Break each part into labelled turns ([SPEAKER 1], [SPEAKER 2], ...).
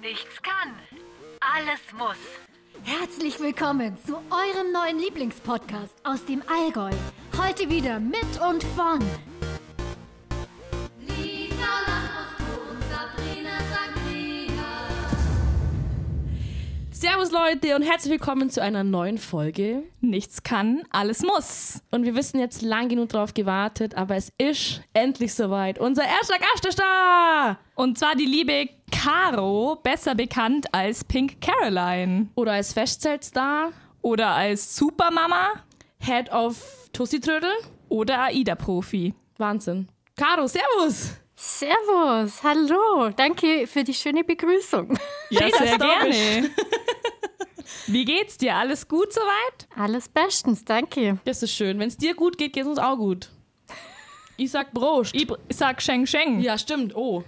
[SPEAKER 1] Nichts kann, alles muss.
[SPEAKER 2] Herzlich willkommen zu eurem neuen Lieblingspodcast aus dem Allgäu. Heute wieder mit und von.
[SPEAKER 3] Servus Leute und herzlich willkommen zu einer neuen Folge.
[SPEAKER 4] Nichts kann, alles muss.
[SPEAKER 3] Und wir wissen jetzt lang genug drauf gewartet, aber es ist endlich soweit. Unser erster Gaststar!
[SPEAKER 4] Und zwar die liebe Caro, besser bekannt als Pink Caroline.
[SPEAKER 3] Oder als Festzeltstar,
[SPEAKER 4] Oder als Supermama
[SPEAKER 3] Head of Tussi-Trödel.
[SPEAKER 4] oder AIDA-Profi.
[SPEAKER 3] Wahnsinn. Caro, servus!
[SPEAKER 5] Servus, hallo, danke für die schöne Begrüßung.
[SPEAKER 4] Ja, sehr
[SPEAKER 3] doch
[SPEAKER 4] gerne. Wie geht's dir? Alles gut soweit?
[SPEAKER 5] Alles bestens, danke.
[SPEAKER 3] Das ist schön. Wenn es dir gut geht, geht es uns auch gut. Ich sag Prost.
[SPEAKER 4] Ich sag Sheng Sheng.
[SPEAKER 3] ja, stimmt. Oh.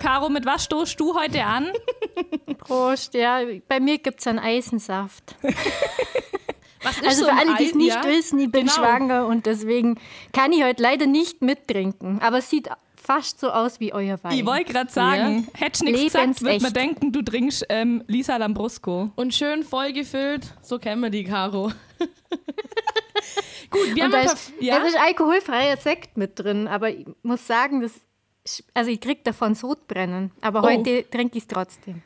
[SPEAKER 4] Caro, mit was stoßt du heute an?
[SPEAKER 5] Prost, ja, bei mir gibt es einen Eisensaft.
[SPEAKER 3] Was ist
[SPEAKER 5] Also
[SPEAKER 3] so um
[SPEAKER 5] für
[SPEAKER 3] ein
[SPEAKER 5] alle, die es
[SPEAKER 3] Eisen,
[SPEAKER 5] nicht
[SPEAKER 3] ja?
[SPEAKER 5] wissen, ich bin
[SPEAKER 3] Genau.
[SPEAKER 5] schwanger und deswegen kann ich heute leider nicht mittrinken. Aber es sieht fast so aus wie euer Wein.
[SPEAKER 4] Ich wollte gerade sagen, hättest nichts gesagt, würde man
[SPEAKER 5] Lebensecht.
[SPEAKER 4] denken, du trinkst ähm, Lisa Lambrusco.
[SPEAKER 3] Und schön vollgefüllt. So kennen wir die, Caro. Gut, wir haben
[SPEAKER 5] und da
[SPEAKER 3] ein paar...
[SPEAKER 5] ist, da ist alkoholfreier Sekt mit drin, aber ich muss sagen, das, sch- also ich krieg davon Sodbrennen,
[SPEAKER 3] Oh.
[SPEAKER 5] aber heute trinke ich es trotzdem.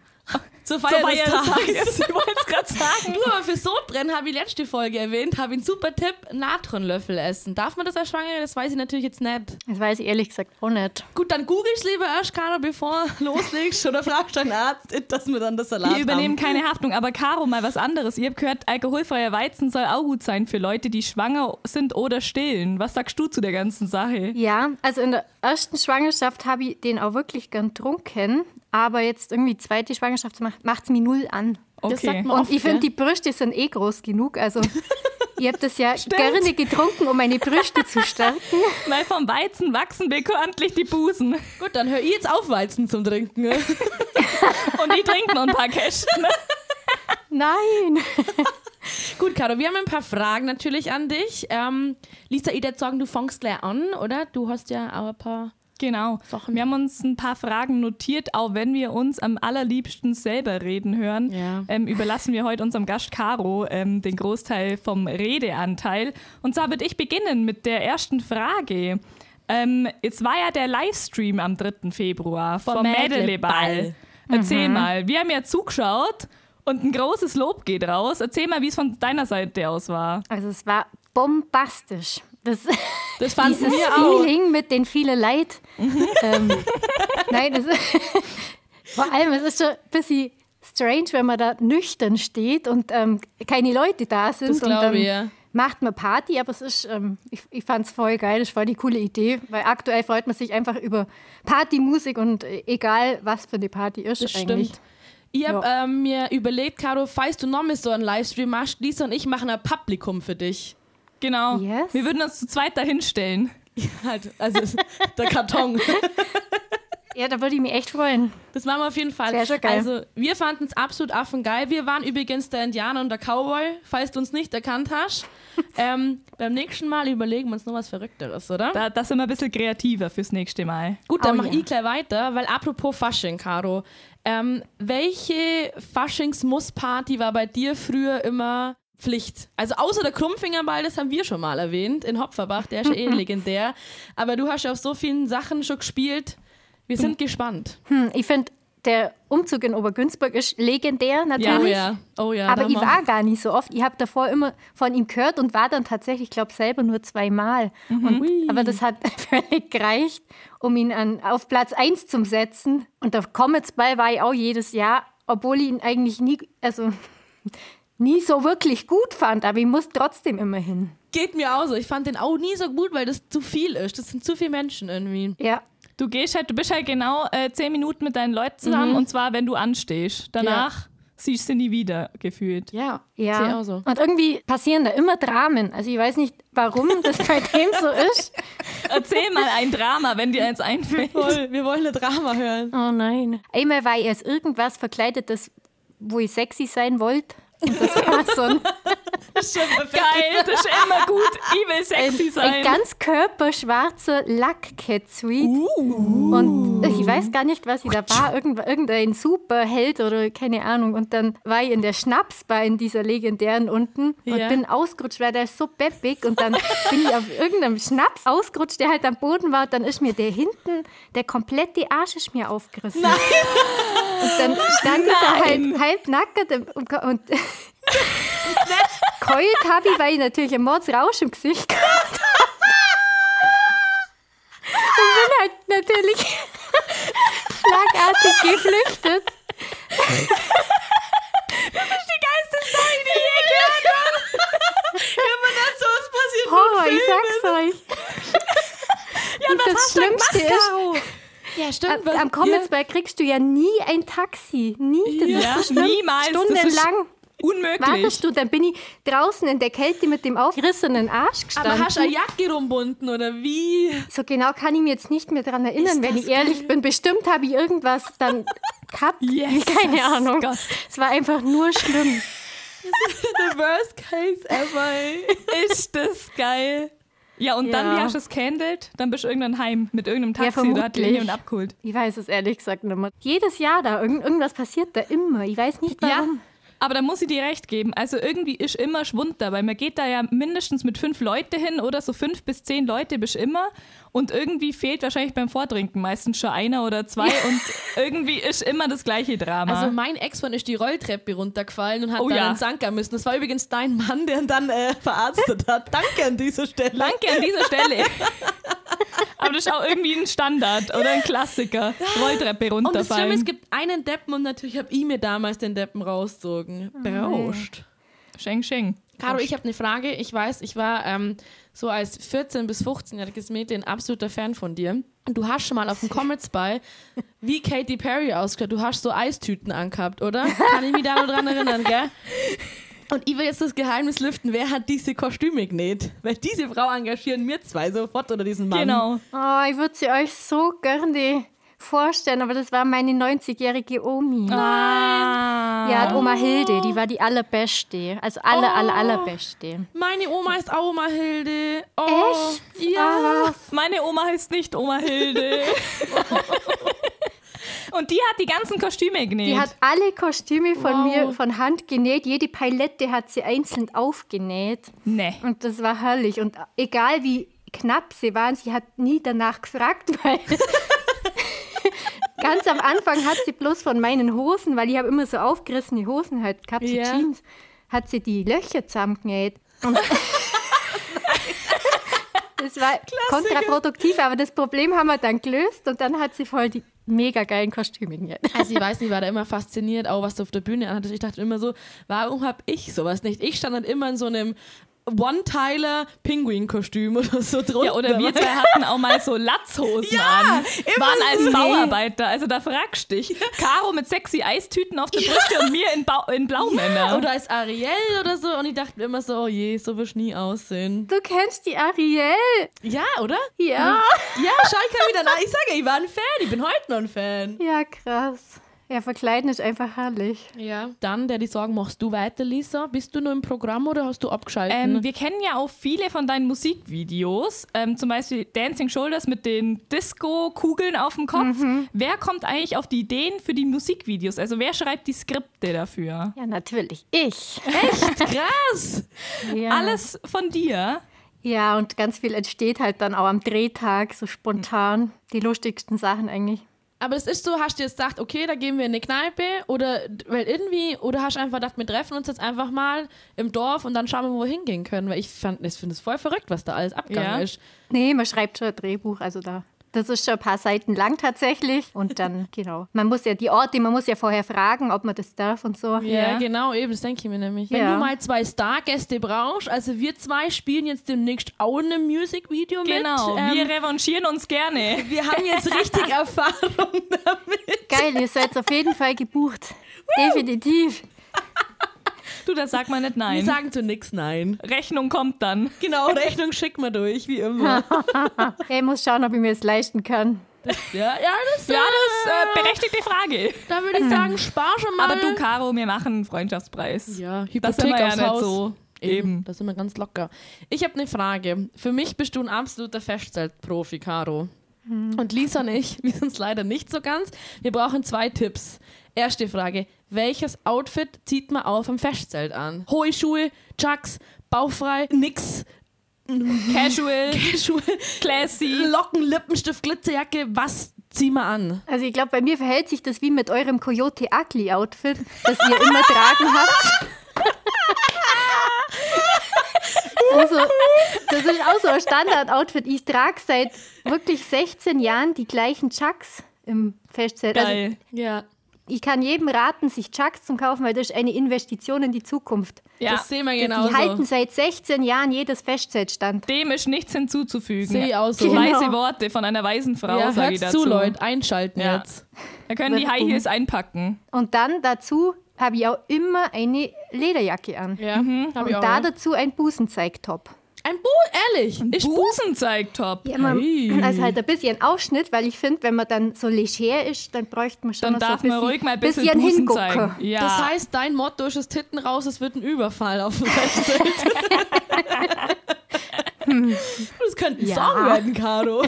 [SPEAKER 3] Zur
[SPEAKER 4] So
[SPEAKER 3] Feier,
[SPEAKER 4] war
[SPEAKER 3] des
[SPEAKER 4] ja das
[SPEAKER 3] Tages.
[SPEAKER 4] Tages. Ich wollte es gerade sagen.
[SPEAKER 3] Du, aber für Sodbrennen habe ich letzte Folge erwähnt, habe ich einen super Tipp, Natronlöffel essen. Darf man das als Schwangere? Das weiß ich natürlich jetzt nicht.
[SPEAKER 5] Das weiß ich ehrlich gesagt auch nicht.
[SPEAKER 3] Gut, dann google ich lieber erst, Caro, bevor du loslegst oder fragst deinen Arzt, dass wir dann das Salat
[SPEAKER 4] Wir übernehmen
[SPEAKER 3] haben.
[SPEAKER 4] keine Haftung, aber Caro, mal was anderes. Ihr habt gehört, alkoholfreier Weizen soll auch gut sein für Leute, die schwanger sind oder stillen. Was sagst du zu der ganzen Sache?
[SPEAKER 5] Ja, also in der ersten Schwangerschaft habe ich den auch wirklich gern getrunken, aber jetzt irgendwie zweite Schwangerschaft macht es mir null an.
[SPEAKER 4] Okay.
[SPEAKER 3] sagt man-
[SPEAKER 5] Und
[SPEAKER 3] Oft,
[SPEAKER 5] Oh, ich finde,
[SPEAKER 3] gell?
[SPEAKER 5] die Brüste sind eh groß genug, also ich habe das ja gerne getrunken, um meine Brüste zu stärken.
[SPEAKER 4] Weil vom Weizen wachsen bekanntlich die Busen.
[SPEAKER 3] Gut, dann höre ich jetzt auf, Weizen zum Trinken. ne?
[SPEAKER 4] Und die trinken noch ein paar Kästen.
[SPEAKER 5] Nein.
[SPEAKER 3] Gut, Caro, wir haben ein paar Fragen natürlich an dich. Ähm, Lisa, ich würde sagen, du fängst gleich an, oder? Du hast ja auch ein paar...
[SPEAKER 4] Genau.
[SPEAKER 3] Sachen.
[SPEAKER 4] Wir haben uns ein paar Fragen notiert, auch wenn wir uns am allerliebsten selber reden hören.
[SPEAKER 3] Ja.
[SPEAKER 4] Ähm, überlassen wir heute unserem Gast Caro ähm, den Großteil vom Redeanteil. Und zwar würde ich beginnen mit der ersten Frage. Ähm, es war ja der Livestream am 3. Februar vom, Mädeleball.
[SPEAKER 3] Mädeleball.
[SPEAKER 4] Erzähl mal, wir haben ja zugeschaut und ein großes Lob geht raus. Erzähl mal, wie es von deiner Seite aus war.
[SPEAKER 5] Also es war bombastisch. Das,
[SPEAKER 3] Das fanden
[SPEAKER 5] dieses
[SPEAKER 3] wir auch.
[SPEAKER 5] Feeling mit den vielen Leid. Ähm, nein, das vor allem, es ist schon ein bisschen strange, wenn man da nüchtern steht und ähm, keine Leute da sind.
[SPEAKER 3] Das
[SPEAKER 5] und
[SPEAKER 3] glaub
[SPEAKER 5] dann
[SPEAKER 3] ich, ja.
[SPEAKER 5] macht man Party, aber es ist, ähm, ich, ich fand es voll geil, das war die coole Idee, weil aktuell freut man sich einfach über Partymusik und äh, egal, was für eine Party ist
[SPEAKER 3] Das
[SPEAKER 5] eigentlich.
[SPEAKER 3] stimmt. Ich habe ähm, mir überlegt, Caro, falls du nochmal so einen Livestream machst, Lisa und ich machen ein Publikum für dich.
[SPEAKER 4] Genau.
[SPEAKER 5] Yes.
[SPEAKER 4] Wir würden uns zu zweit dahinstellen.
[SPEAKER 3] Halt, also es- der Karton.
[SPEAKER 5] Ja, da würde ich mich echt freuen.
[SPEAKER 3] Das machen wir auf jeden Fall.
[SPEAKER 5] Sehr, sehr geil.
[SPEAKER 3] Also wir fanden es absolut affengeil. Wir waren übrigens der Indianer und der Cowboy, falls du uns nicht erkannt hast. ähm, beim nächsten Mal überlegen wir uns noch was Verrückteres, oder?
[SPEAKER 4] Da, da sind wir ein bisschen kreativer fürs nächste Mal.
[SPEAKER 3] Gut, dann
[SPEAKER 5] Oh
[SPEAKER 3] mach
[SPEAKER 5] ja.
[SPEAKER 3] ich gleich weiter, weil apropos Fasching, Caro. Ähm, welche Faschings-Muss-Party war bei dir früher immer Pflicht? Also außer der Krummfingerball, das haben wir schon mal erwähnt, in Hopferbach, der ist ja eh legendär. Aber du hast ja auf so vielen Sachen schon gespielt. Wir sind gespannt.
[SPEAKER 5] Hm, ich finde, der Umzug in Obergünzburg ist legendär, natürlich.
[SPEAKER 3] Oh ja, oh ja.
[SPEAKER 5] Aber
[SPEAKER 3] da
[SPEAKER 5] ich
[SPEAKER 3] haben wir-
[SPEAKER 5] war gar nicht so oft. Ich habe davor immer von ihm gehört und war dann tatsächlich, ich glaube, selber nur zweimal.
[SPEAKER 3] Mhm.
[SPEAKER 5] Und, aber das hat völlig gereicht, um ihn an, auf Platz 1 zu setzen. Und der Comets Ball war ich auch jedes Jahr, obwohl ich ihn eigentlich nie, also nie so wirklich gut fand. Aber ich muss trotzdem immer hin.
[SPEAKER 3] Geht mir auch so. Ich fand den auch nie so gut, weil das zu viel ist. Das sind zu viele Menschen irgendwie.
[SPEAKER 5] Ja.
[SPEAKER 4] Du gehst halt, du bist halt genau äh, zehn Minuten mit deinen Leuten zusammen
[SPEAKER 5] Mhm.
[SPEAKER 4] und zwar, wenn du anstehst. Danach siehst du sie nie wieder, gefühlt.
[SPEAKER 3] Ja, sehe ich
[SPEAKER 5] Ja,
[SPEAKER 3] auch so.
[SPEAKER 5] und irgendwie passieren da immer Dramen. Also ich weiß nicht, warum das bei dem so ist.
[SPEAKER 4] Erzähl mal ein Drama, wenn dir eins einfällt.
[SPEAKER 3] Voll, wir wollen ein Drama hören.
[SPEAKER 5] Oh nein. Einmal war ich als irgendwas verkleidet, das, wo ich sexy sein wollte. Und das war so ein
[SPEAKER 3] Das ist schon perfekt.
[SPEAKER 4] Geil, das ist immer gut. Evil sexy
[SPEAKER 5] Ein
[SPEAKER 4] sein.
[SPEAKER 5] ganz körperschwarzer Lack-Catsuit. Und ich weiß gar nicht, was ich da war. Irgend, irgendein Superheld oder keine Ahnung. Und dann war ich in der Schnapsbar in dieser legendären unten und
[SPEAKER 3] Ja.
[SPEAKER 5] bin ausgerutscht, weil der ist so beppig. Und dann bin ich auf irgendeinem Schnaps ausgerutscht, der halt am Boden war. Und dann ist mir der hinten, der komplett die Arsch ist mir aufgerissen. Und dann stand ich da halt halb, halbnackert im- und, und keult habe ich, weil ich natürlich einen Mordsrausch im Gesicht gehabt habe. Ich bin halt natürlich schlagartig geflüchtet.
[SPEAKER 3] Wenn man dann so was passiert,
[SPEAKER 5] Horror, ich sag's euch. und das Schlimmste ist,
[SPEAKER 3] Ja, stimmt.
[SPEAKER 5] am Commerzberg kriegst du ja nie ein Taxi. Nie. Das
[SPEAKER 4] Ja,
[SPEAKER 5] ist so schlimm.
[SPEAKER 4] niemals. Das ist
[SPEAKER 5] Stundenlang
[SPEAKER 4] Unmöglich.
[SPEAKER 5] wartest du, dann bin ich draußen in der Kälte mit dem aufgerissenen Arsch gestanden.
[SPEAKER 3] aber hast du eine Jacke rumbunden oder wie?
[SPEAKER 5] So genau kann ich mir jetzt nicht mehr daran erinnern,
[SPEAKER 3] Ist
[SPEAKER 5] wenn
[SPEAKER 3] das
[SPEAKER 5] ich ehrlich bin. Bestimmt habe ich irgendwas dann gehabt. Keine Ahnung.
[SPEAKER 4] Gott.
[SPEAKER 5] Es war einfach nur schlimm.
[SPEAKER 3] The worst case ever. ey.
[SPEAKER 4] Ist das geil. Ja, und dann,
[SPEAKER 5] Ja.
[SPEAKER 4] wie hast du es gehandelt? Dann bist du irgendwann heim mit irgendeinem
[SPEAKER 5] Ja,
[SPEAKER 4] Taxi, da hat
[SPEAKER 5] vermutlich.
[SPEAKER 4] Leni und abgeholt.
[SPEAKER 5] Ich weiß es ehrlich gesagt nicht mehr. Jedes Jahr da, irgend, irgendwas passiert da immer. Ich weiß nicht
[SPEAKER 4] Ja,
[SPEAKER 5] warum.
[SPEAKER 4] aber da muss ich dir recht geben. Also irgendwie ist immer Schwund dabei. Man geht da ja mindestens mit fünf Leute hin oder so fünf bis zehn Leute bist immer. Und irgendwie fehlt wahrscheinlich beim Vortrinken meistens schon einer oder zwei. Und irgendwie ist immer das gleiche Drama.
[SPEAKER 3] Also mein Ex-Freund ist die Rolltreppe runtergefallen und hat
[SPEAKER 4] Oh
[SPEAKER 3] dann
[SPEAKER 4] ja.
[SPEAKER 3] einen Sanker müssen. Das war übrigens dein Mann, der ihn dann äh, verarztet hat. Danke an dieser Stelle.
[SPEAKER 4] Danke an dieser Stelle. Aber das ist auch irgendwie ein Standard oder ein Klassiker. Rolltreppe
[SPEAKER 3] Und das Schlimme,
[SPEAKER 4] runterfallen.
[SPEAKER 3] ist, es gibt einen Deppen und natürlich habe ich mir damals den Deppen rausgezogen. Berauscht.
[SPEAKER 4] Scheng, scheng.
[SPEAKER 3] Caro, ich habe eine Frage. Ich weiß, ich war ähm, so als 14- bis 15-jähriges Mädchen ein absoluter Fan von dir. Und du hast schon mal auf dem Comets Ball wie Katy Perry ausgehört. Du hast so Eistüten angehabt, oder? Kann ich mich da noch dran erinnern, gell? Und ich will jetzt das Geheimnis lüften. Wer hat diese Kostüme genäht? Weil diese Frau engagieren wir zwei sofort oder diesen Mann.
[SPEAKER 4] Genau.
[SPEAKER 5] Oh, ich würde sie euch so gerne vorstellen, aber das war meine 90-jährige Omi.
[SPEAKER 3] Ah.
[SPEAKER 5] Ja, die Oma Hilde, die war die allerbeste. Also alle, alle,
[SPEAKER 3] Ah.
[SPEAKER 5] allerbeste.
[SPEAKER 3] Meine Oma ist auch Oma Hilde. Oh.
[SPEAKER 5] Echt? Ah,
[SPEAKER 3] Ja.
[SPEAKER 4] Meine Oma heißt nicht Oma Hilde. Und die hat die ganzen Kostüme genäht.
[SPEAKER 5] Die hat alle Kostüme von
[SPEAKER 3] Wow.
[SPEAKER 5] mir von Hand genäht. Jede Palette hat sie einzeln aufgenäht.
[SPEAKER 4] nee.
[SPEAKER 5] Und das war herrlich. Und egal wie knapp sie waren, sie hat nie danach gefragt, weil. Ganz am Anfang hat sie bloß von meinen Hosen, weil ich habe immer so aufgerissene Hosen halt gehabt, so
[SPEAKER 3] Ja.
[SPEAKER 5] Jeans, hat sie die Löcher zusammengenäht. Und das war kontraproduktiv, aber das Problem haben wir dann gelöst und dann hat sie voll die mega geilen Kostüme genäht.
[SPEAKER 3] Also ich weiß nicht, ich war da immer fasziniert, auch was du auf der Bühne anhattest. Ich dachte immer so, warum hab ich sowas nicht? Ich stand dann immer in so einem One-Tyler-Pinguin-Kostüm oder so drunter.
[SPEAKER 4] Ja, oder wir zwei hatten auch mal so Latzhosen an. Waren als Bauarbeiter. Also da fragst dich. Caro mit sexy Eistüten auf der Brüste und mir in, Bau in Blaumänner.
[SPEAKER 3] Oder als Ariel oder so. Und ich dachte mir immer so, oh je, so wirst du nie aussehen.
[SPEAKER 5] Du kennst die Ariel?
[SPEAKER 3] Ja, oder?
[SPEAKER 5] Ja.
[SPEAKER 3] Ja, Schalke wieder. nach. Ich sage, ich war ein Fan. Ich bin heute noch ein Fan.
[SPEAKER 5] Ja, krass. Ja, verkleiden ist einfach herrlich.
[SPEAKER 3] Ja. Dann, der die sagen, machst du weiter, Lisa? Bist du nur im Programm oder hast du abgeschaltet?
[SPEAKER 4] Ähm,
[SPEAKER 5] Mhm.
[SPEAKER 4] wir kennen ja auch viele von deinen Musikvideos, ähm, zum Beispiel Dancing Shoulders mit den Disco-Kugeln auf dem Kopf.
[SPEAKER 5] Mhm.
[SPEAKER 4] Wer kommt eigentlich auf die Ideen für die Musikvideos? Also wer schreibt die Skripte dafür?
[SPEAKER 5] Ja, natürlich. Ich.
[SPEAKER 4] Krass!
[SPEAKER 5] Ja.
[SPEAKER 4] Alles von dir.
[SPEAKER 5] Ja, und ganz viel entsteht halt dann auch am Drehtag, so spontan. Die lustigsten Sachen eigentlich.
[SPEAKER 3] Aber es ist so, hast du jetzt gedacht, okay, da gehen wir in eine Kneipe oder weil irgendwie, oder hast du einfach gedacht, wir treffen uns jetzt einfach mal im Dorf und dann schauen wir, wo wir hingehen können. Weil ich fand, ich finde es voll verrückt, was da alles abgegangen
[SPEAKER 4] Ja.
[SPEAKER 3] ist.
[SPEAKER 5] Nee, man schreibt schon ein Drehbuch, also da. Das ist schon ein paar Seiten lang tatsächlich. Und dann, genau. Man muss ja die Orte, man muss ja vorher fragen, ob man das darf und so.
[SPEAKER 3] Ja,
[SPEAKER 4] Ja.
[SPEAKER 3] genau, eben, das denke ich mir nämlich. Wenn
[SPEAKER 5] Ja.
[SPEAKER 3] du mal zwei Stargäste brauchst, also wir zwei spielen jetzt demnächst auch in einem Musikvideo mit.
[SPEAKER 4] Genau.
[SPEAKER 3] Ähm,
[SPEAKER 4] wir revanchieren uns gerne.
[SPEAKER 3] wir haben jetzt richtig Erfahrung.
[SPEAKER 5] Geil, ihr seid auf jeden Fall gebucht. Definitiv.
[SPEAKER 4] Du, das sag mal nicht
[SPEAKER 3] Wir
[SPEAKER 4] nein.
[SPEAKER 3] sagen zu nix nein.
[SPEAKER 4] Rechnung kommt dann.
[SPEAKER 3] Genau, Rechnung schick mal durch, wie immer.
[SPEAKER 5] Ich muss schauen, ob ich mir das leisten kann.
[SPEAKER 3] ja, ja, das, Mhm.
[SPEAKER 4] Ja, das ist äh, berechtigte Frage.
[SPEAKER 3] da würde ich sagen, spar schon mal.
[SPEAKER 4] Aber du, Caro, wir machen einen Freundschaftspreis.
[SPEAKER 3] Äh. Ja,
[SPEAKER 4] Das
[SPEAKER 3] Hypothek
[SPEAKER 4] sind wir ja
[SPEAKER 3] aufs
[SPEAKER 4] nicht
[SPEAKER 3] Haus.
[SPEAKER 4] so. Eben.
[SPEAKER 3] Da sind wir ganz locker. Ich habe eine Frage. Für mich bist du ein absoluter Festzeltprofi, Caro. Und Lisa und ich, wir sind es leider nicht so ganz. Wir brauchen zwei Tipps. Erste Frage: Welches Outfit zieht man auf im Festzelt an? Hohe Schuhe, Chucks, bauchfrei, nix,
[SPEAKER 4] Casual,
[SPEAKER 3] Schuhe,
[SPEAKER 4] classy.
[SPEAKER 3] Locken, Lippenstift, Glitzerjacke, was zieh mal an?
[SPEAKER 5] Also ich glaube, bei mir verhält sich das wie mit eurem Coyote Ugly Outfit, das ihr immer tragen habt. Also, das ist auch so ein Standard-Outfit. Ich trage seit wirklich 16 Jahren die gleichen Chucks im Festzelt. Also,
[SPEAKER 4] Geil.
[SPEAKER 3] Ja.
[SPEAKER 5] ich kann jedem raten, sich Chucks zu kaufen, weil das ist eine Investition in die Zukunft.
[SPEAKER 4] Ja.
[SPEAKER 3] Das sehen wir
[SPEAKER 5] Die
[SPEAKER 3] genauso.
[SPEAKER 5] halten seit 16 Jahren jedes Festzelt stand.
[SPEAKER 4] Dem ist nichts hinzuzufügen.
[SPEAKER 3] Sehe ich auch so.
[SPEAKER 5] Genau.
[SPEAKER 4] Weise Worte von einer weisen Frau,
[SPEAKER 3] Ja,
[SPEAKER 4] sage ich
[SPEAKER 3] hört
[SPEAKER 4] dazu.
[SPEAKER 3] zu, Leute, einschalten
[SPEAKER 4] Ja.
[SPEAKER 3] jetzt.
[SPEAKER 4] Da können die High Heels einpacken.
[SPEAKER 5] Und dann dazu habe ich auch immer eine Lederjacke an.
[SPEAKER 3] Ja, hab ich
[SPEAKER 5] Und
[SPEAKER 3] auch.
[SPEAKER 5] da dazu ein Busenzeigtop.
[SPEAKER 3] Ein Bu, ehrlich. Ich Bu
[SPEAKER 4] Busenzeigtop.
[SPEAKER 5] Ja, man,
[SPEAKER 3] Hey.
[SPEAKER 5] Also
[SPEAKER 4] Mm.
[SPEAKER 5] halt ein bisschen Aufschnitt, weil ich finde, wenn man dann so leger ist, dann bräuchte man schon
[SPEAKER 4] Dann
[SPEAKER 5] noch
[SPEAKER 4] darf
[SPEAKER 5] so ein
[SPEAKER 4] man
[SPEAKER 5] bisschen,
[SPEAKER 4] ruhig mal ein bisschen,
[SPEAKER 5] bisschen
[SPEAKER 4] Busen
[SPEAKER 5] hingucken.
[SPEAKER 4] zeigen. Ja.
[SPEAKER 3] Das heißt, dein Motto ist es Titten raus, es wird ein Überfall auf dem Festzelt. das könnte ein
[SPEAKER 5] Ja.
[SPEAKER 3] Song werden, Caro.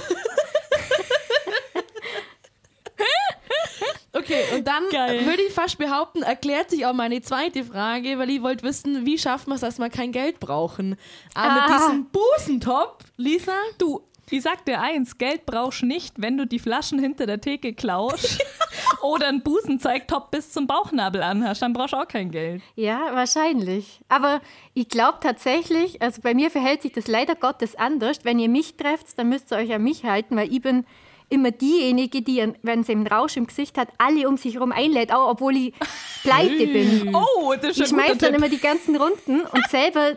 [SPEAKER 3] Okay, und dann
[SPEAKER 4] Geil.
[SPEAKER 3] würde ich fast behaupten, erklärt sich auch meine zweite Frage, weil ich wollte wissen, wie schafft man es, dass wir kein Geld brauchen? Aber mit
[SPEAKER 5] Ah.
[SPEAKER 3] diesem Busentop, Lisa,
[SPEAKER 4] du, ich sag dir eins, Geld brauchst nicht, wenn du die Flaschen hinter der Theke klaust oder einen Busenzeigtop bis zum Bauchnabel anhast, dann brauchst du auch kein Geld.
[SPEAKER 5] Ja, wahrscheinlich. Aber ich glaube tatsächlich, also bei mir verhält sich das leider Gottes anders. Wenn ihr mich trefft, dann müsst ihr euch an mich halten, weil ich bin immer diejenige, die, ihren- wenn sie einen Rausch im Gesicht hat, alle um sich herum einlädt, auch obwohl ich pleite bin.
[SPEAKER 4] Oh, das
[SPEAKER 5] Ich
[SPEAKER 4] ist schon
[SPEAKER 5] schmeiß
[SPEAKER 4] ein
[SPEAKER 5] dann
[SPEAKER 4] guter Tipp.
[SPEAKER 5] immer die ganzen Runden und selber,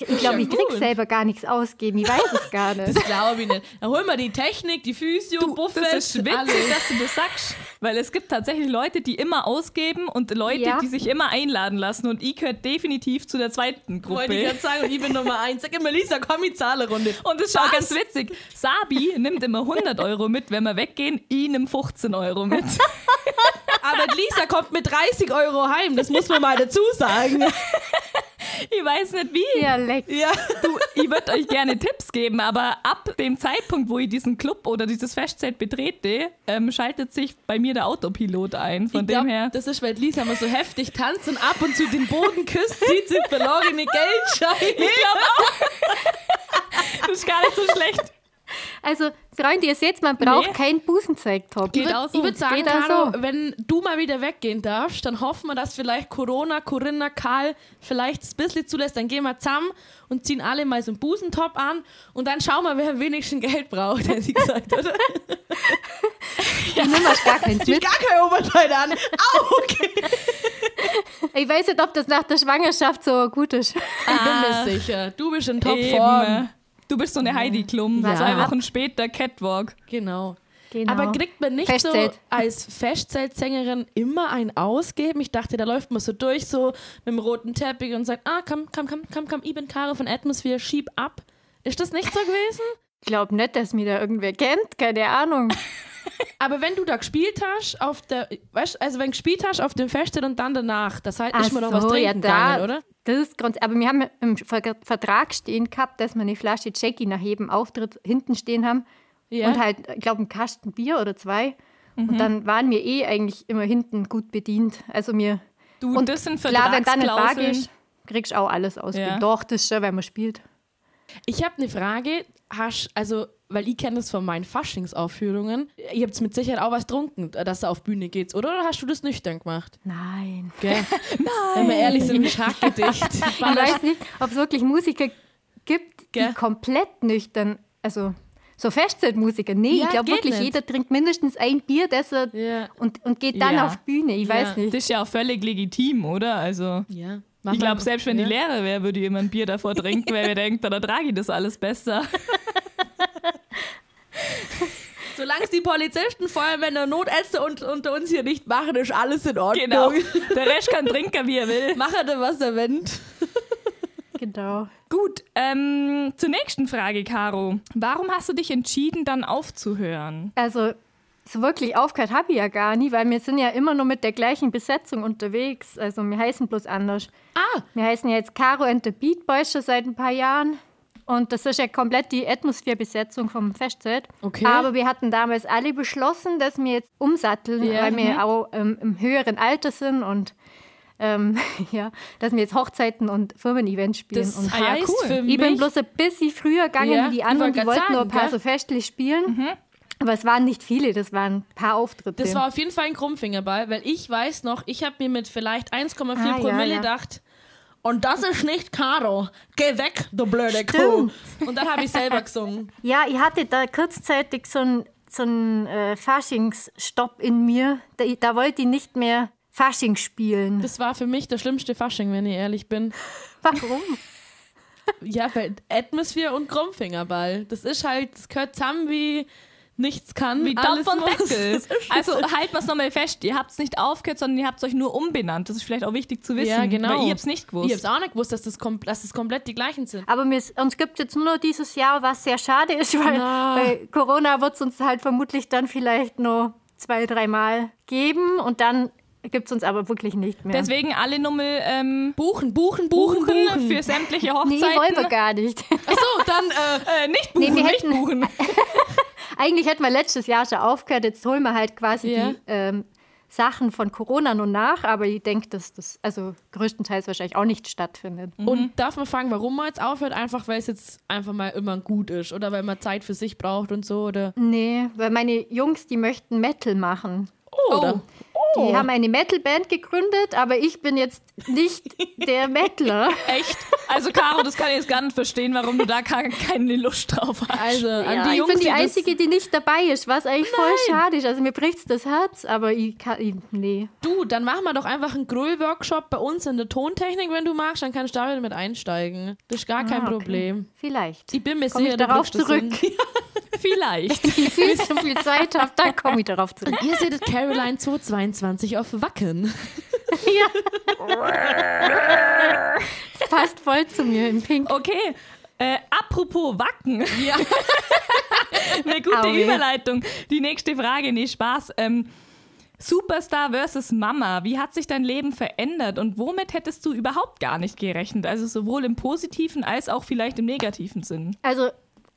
[SPEAKER 5] ich glaube, ich krieg
[SPEAKER 3] gut.
[SPEAKER 5] selber gar nichts ausgeben. Ich weiß es gar nicht.
[SPEAKER 3] das glaube ich nicht. Dann holen wir die Technik, die Physio,
[SPEAKER 4] Du,
[SPEAKER 3] Buffet,
[SPEAKER 4] das ist witzig,
[SPEAKER 3] alles.
[SPEAKER 4] dass du das sagst, weil es gibt tatsächlich Leute, die immer ausgeben und Leute,
[SPEAKER 5] Ja.
[SPEAKER 4] die sich immer einladen lassen und ich gehört definitiv zu der zweiten Gruppe.
[SPEAKER 3] Wollte ich jetzt sagen, und ich bin Nummer eins. Sag immer, Lisa, komm, ich zahle Runde.
[SPEAKER 4] Und das ist auch ganz witzig. Sabi nimmt immer 100 Euro mit, wenn wir weggehen. Ich nehme 15 Euro mit.
[SPEAKER 3] Aber Lisa kommt mit 30 Euro heim, das muss man mal dazu sagen.
[SPEAKER 4] Ich weiß nicht wie.
[SPEAKER 5] Ja, leck.
[SPEAKER 3] Ja.
[SPEAKER 4] Du, ich würde euch gerne Tipps geben, aber ab dem Zeitpunkt, wo ich diesen Club oder dieses Festzelt betrete, ähm, schaltet sich bei mir der Autopilot ein. Von
[SPEAKER 3] ich
[SPEAKER 4] dem
[SPEAKER 3] glaub,
[SPEAKER 4] her.
[SPEAKER 3] Das ist, weil Lisa immer so heftig tanzt und ab und zu den Boden küsst, sieht sie verlorene Geldscheine.
[SPEAKER 4] Das ist gar nicht so schlecht.
[SPEAKER 5] Also, Freunde, ihr seht, man braucht
[SPEAKER 4] Nee.
[SPEAKER 5] keinen Busenzeigtop.
[SPEAKER 3] Ich würd- Ich würde sagen,
[SPEAKER 5] Geht auch
[SPEAKER 3] Caro,
[SPEAKER 5] so.
[SPEAKER 3] wenn du mal wieder weggehen darfst, dann hoffen wir, dass vielleicht Corona, Corinna, Karl vielleicht ein bisschen zulässt. Dann gehen wir zusammen und ziehen alle mal so einen Busentop an und dann schauen wir, wer am wenigsten Geld braucht, hätte sie gesagt, oder?
[SPEAKER 5] Ich nehme auch gar keins mit.
[SPEAKER 3] Gar kein Oberteil an. Au, okay.
[SPEAKER 5] Ich weiß nicht, ob das nach der Schwangerschaft so gut ist.
[SPEAKER 3] Ich bin mir sicher. Du bist in Topform.
[SPEAKER 4] Eben. Du bist so eine Heidi Klum.
[SPEAKER 5] Ja.
[SPEAKER 4] Zwei Wochen später Catwalk.
[SPEAKER 3] Genau.
[SPEAKER 5] Genau.
[SPEAKER 3] Aber kriegt man nicht so
[SPEAKER 5] Festzelt.
[SPEAKER 3] als Festzeltsängerin immer ein Ausgeben? Ich dachte, da läuft man so durch, so mit dem roten Teppich und sagt, ah, komm, komm, komm, komm, komm, ich bin Caro von Atmosphere, schieb ab. Ist das nicht so gewesen?
[SPEAKER 5] Ich glaube nicht, dass mir da irgendwer kennt. Keine Ahnung.
[SPEAKER 3] Aber wenn du da gespielt hast, auf der, weißt, also wenn du gespielt hast auf dem Festzelt und dann danach, das heißt, ist
[SPEAKER 5] Ach
[SPEAKER 3] man noch was
[SPEAKER 5] so,
[SPEAKER 3] trinken
[SPEAKER 5] ja, da-
[SPEAKER 3] gegangen, oder?
[SPEAKER 5] Das ist Grund. Aber wir haben im Ver- Vertrag stehen gehabt, dass wir eine Flasche Jackie nach jedem Auftritt hinten stehen haben.
[SPEAKER 3] Ja. Mhm.
[SPEAKER 5] Und halt, ich glaube, einen Kasten Bier oder zwei. Und dann waren wir eh eigentlich immer hinten gut bedient. Also mir.
[SPEAKER 4] Du,
[SPEAKER 5] Und
[SPEAKER 4] das sind
[SPEAKER 5] Klar, wenn dann eine Bar
[SPEAKER 4] Vertragsklauseln.
[SPEAKER 5] gehst, kriegst du auch alles aus.
[SPEAKER 4] Ja.
[SPEAKER 5] Doch, das ist schon, wenn man spielt.
[SPEAKER 3] Ich habe eine Frage. Hast, also, weil ich kenne das von meinen Faschingsaufführungen. Ihr habt mit Sicherheit auch was getrunken, dass ihr auf Bühne geht, oder? Oder hast du das nüchtern gemacht?
[SPEAKER 5] Nein.
[SPEAKER 3] Gell? Wenn wir ehrlich sind, ich dicht.
[SPEAKER 5] Ich weiß nicht, ob es wirklich Musiker gibt,
[SPEAKER 3] Gell?
[SPEAKER 5] die komplett nüchtern, also so Festzeltmusiker. Nee,
[SPEAKER 3] Ja,
[SPEAKER 5] ich glaube
[SPEAKER 3] geht
[SPEAKER 5] wirklich,
[SPEAKER 3] nicht.
[SPEAKER 5] jeder trinkt mindestens ein Bier, das er
[SPEAKER 3] Ja.
[SPEAKER 5] und, und geht dann
[SPEAKER 4] Ja.
[SPEAKER 5] auf Bühne. Ich
[SPEAKER 3] Ja.
[SPEAKER 5] weiß
[SPEAKER 4] Das
[SPEAKER 5] nicht.
[SPEAKER 4] ist ja auch völlig legitim, oder? Also.
[SPEAKER 3] Ja.
[SPEAKER 4] Ich glaube, selbst wenn die Lehrer wäre, würde jemand ein Bier davor trinken, weil wir denkt, dann ertrage ich das alles besser.
[SPEAKER 3] Solange es die Polizisten, Feuermänner, Notärzte und, unter uns hier nicht machen, ist alles in Ordnung. halt
[SPEAKER 4] Genau. Der Rest kann trinken, wie er will.
[SPEAKER 3] Mache da was der Wind.
[SPEAKER 5] Genau.
[SPEAKER 4] Gut, ähm, zur nächsten Frage, Caro. Warum hast du dich entschieden, dann aufzuhören?
[SPEAKER 5] Also so wirklich aufgehört habe ich ja gar nie, weil wir sind ja immer nur mit der gleichen Besetzung unterwegs. Also wir heißen bloß anders.
[SPEAKER 3] Ah,
[SPEAKER 5] Wir heißen ja jetzt Caro and the Beat Boys schon seit ein paar Jahren. Und das ist ja komplett die Atmosphärebesetzung vom Festzelt.
[SPEAKER 3] Okay.
[SPEAKER 5] Aber wir hatten damals alle beschlossen, dass wir jetzt umsatteln,
[SPEAKER 3] Ja, mhm.
[SPEAKER 5] weil wir auch ähm, im höheren Alter sind und ähm, ja, dass wir jetzt Hochzeiten und Firmen-Events spielen.
[SPEAKER 3] das
[SPEAKER 5] und
[SPEAKER 3] heißt
[SPEAKER 4] Ah ja, cool.
[SPEAKER 3] für mich...
[SPEAKER 5] ich bin bloß ein bisschen früher gegangen
[SPEAKER 3] Ja,
[SPEAKER 5] wie die
[SPEAKER 3] ich
[SPEAKER 5] anderen.
[SPEAKER 3] wollt
[SPEAKER 5] Die
[SPEAKER 3] grad
[SPEAKER 5] wollten nur
[SPEAKER 3] sagen,
[SPEAKER 5] ein paar
[SPEAKER 3] gell? Mhm.
[SPEAKER 5] so Festlich spielen. Aber es waren nicht viele, das waren ein paar Auftritte.
[SPEAKER 3] Das war auf jeden Fall ein Krummfingerball, weil ich weiß noch, ich habe mir mit vielleicht 1,4
[SPEAKER 5] Ah, ja,
[SPEAKER 3] Promille
[SPEAKER 5] ja.
[SPEAKER 3] gedacht, und das ist nicht Caro. Geh weg, du blöde Kuh.
[SPEAKER 5] Stimmt.
[SPEAKER 3] Und dann habe ich selber gesungen.
[SPEAKER 5] Ja, ich hatte da kurzzeitig so einen so einen, äh, Faschingsstopp in mir. Da, da wollte ich nicht mehr Fasching spielen.
[SPEAKER 3] Das war für mich der schlimmste Fasching, wenn ich ehrlich bin.
[SPEAKER 5] Warum?
[SPEAKER 3] Ja, weil Atmosphere und Krummfingerball. Das ist halt, das gehört zusammen wie nichts kann.
[SPEAKER 4] Wie
[SPEAKER 3] alles
[SPEAKER 4] Dampf und
[SPEAKER 3] muss.
[SPEAKER 4] Deckel. Also halten wir es nochmal fest. Ihr habt es nicht aufgehört, sondern ihr habt es euch nur umbenannt. Das ist vielleicht auch wichtig zu wissen.
[SPEAKER 3] Ja, genau.
[SPEAKER 4] Weil ihr habt es nicht
[SPEAKER 3] Ich hab's
[SPEAKER 4] gewusst.
[SPEAKER 3] auch nicht gewusst, dass das, kom dass das komplett die gleichen sind.
[SPEAKER 5] Aber mir, ist- uns gibt es jetzt nur noch dieses Jahr, was sehr schade ist, weil bei Corona wird es uns halt vermutlich dann vielleicht nur zwei, dreimal geben und dann gibt es uns aber wirklich nicht mehr.
[SPEAKER 4] Deswegen alle Nummel ähm,
[SPEAKER 3] Buchen, buchen, buchen,
[SPEAKER 4] buchen,
[SPEAKER 3] buchen.
[SPEAKER 4] für sämtliche
[SPEAKER 5] nee,
[SPEAKER 4] Hochzeiten.
[SPEAKER 5] wollen wir gar nicht.
[SPEAKER 4] Achso, dann äh, äh, nicht
[SPEAKER 5] Nee,
[SPEAKER 4] buchen,
[SPEAKER 5] wir
[SPEAKER 4] nicht
[SPEAKER 5] hätten-
[SPEAKER 4] buchen.
[SPEAKER 5] Eigentlich hätten wir letztes Jahr schon aufgehört, jetzt holen wir halt quasi
[SPEAKER 3] Ja.
[SPEAKER 5] die ähm, Sachen von Corona nur nach, aber ich denke, dass das also größtenteils wahrscheinlich auch nicht stattfindet.
[SPEAKER 3] Und darf man fragen, warum man jetzt aufhört? Einfach, weil es jetzt einfach mal immer gut ist oder weil man Zeit für sich braucht und so oder.
[SPEAKER 5] Nee, weil meine Jungs, die möchten Metal machen.
[SPEAKER 3] Oh, Oder?
[SPEAKER 5] Die haben eine Metal-Band gegründet, aber ich bin jetzt nicht der Metaler.
[SPEAKER 4] Echt? Also Caro, das kann ich jetzt gar nicht verstehen, warum du da ke- keine Lust drauf hast.
[SPEAKER 3] Also an
[SPEAKER 5] Ja,
[SPEAKER 3] die
[SPEAKER 5] ich
[SPEAKER 3] Jungs,
[SPEAKER 5] bin die
[SPEAKER 3] das-
[SPEAKER 5] Einzige, die nicht dabei ist, was eigentlich voll schade ist. Also mir bricht's das Herz, aber ich kann, ich, nee.
[SPEAKER 3] Du, dann machen wir doch einfach einen Grill-Workshop bei uns in der Tontechnik, wenn du magst. Dann kannst du damit mit einsteigen. Das ist gar kein
[SPEAKER 5] okay.
[SPEAKER 3] Problem.
[SPEAKER 5] Vielleicht.
[SPEAKER 3] Ah, Ich bin mir
[SPEAKER 5] Komme
[SPEAKER 3] sicher,
[SPEAKER 5] ich
[SPEAKER 3] du
[SPEAKER 5] darauf
[SPEAKER 3] kriegst das hin.
[SPEAKER 5] zurück.
[SPEAKER 4] Vielleicht.
[SPEAKER 5] Wenn ich viel zu viel Zeit habe, dann komme ich darauf zurück.
[SPEAKER 3] Ihr seht Caroline 222 auf Wacken.
[SPEAKER 5] Ja. Passt voll zu mir in Pink.
[SPEAKER 4] Okay. Äh, apropos Wacken. Ja. Eine gute
[SPEAKER 5] Auwe.
[SPEAKER 4] Überleitung. Die nächste Frage. Nee, Spaß. Ähm, Superstar versus Mama. Wie hat sich dein Leben verändert und womit hättest du überhaupt gar nicht gerechnet? Also sowohl im positiven als auch vielleicht im negativen Sinn.
[SPEAKER 5] Also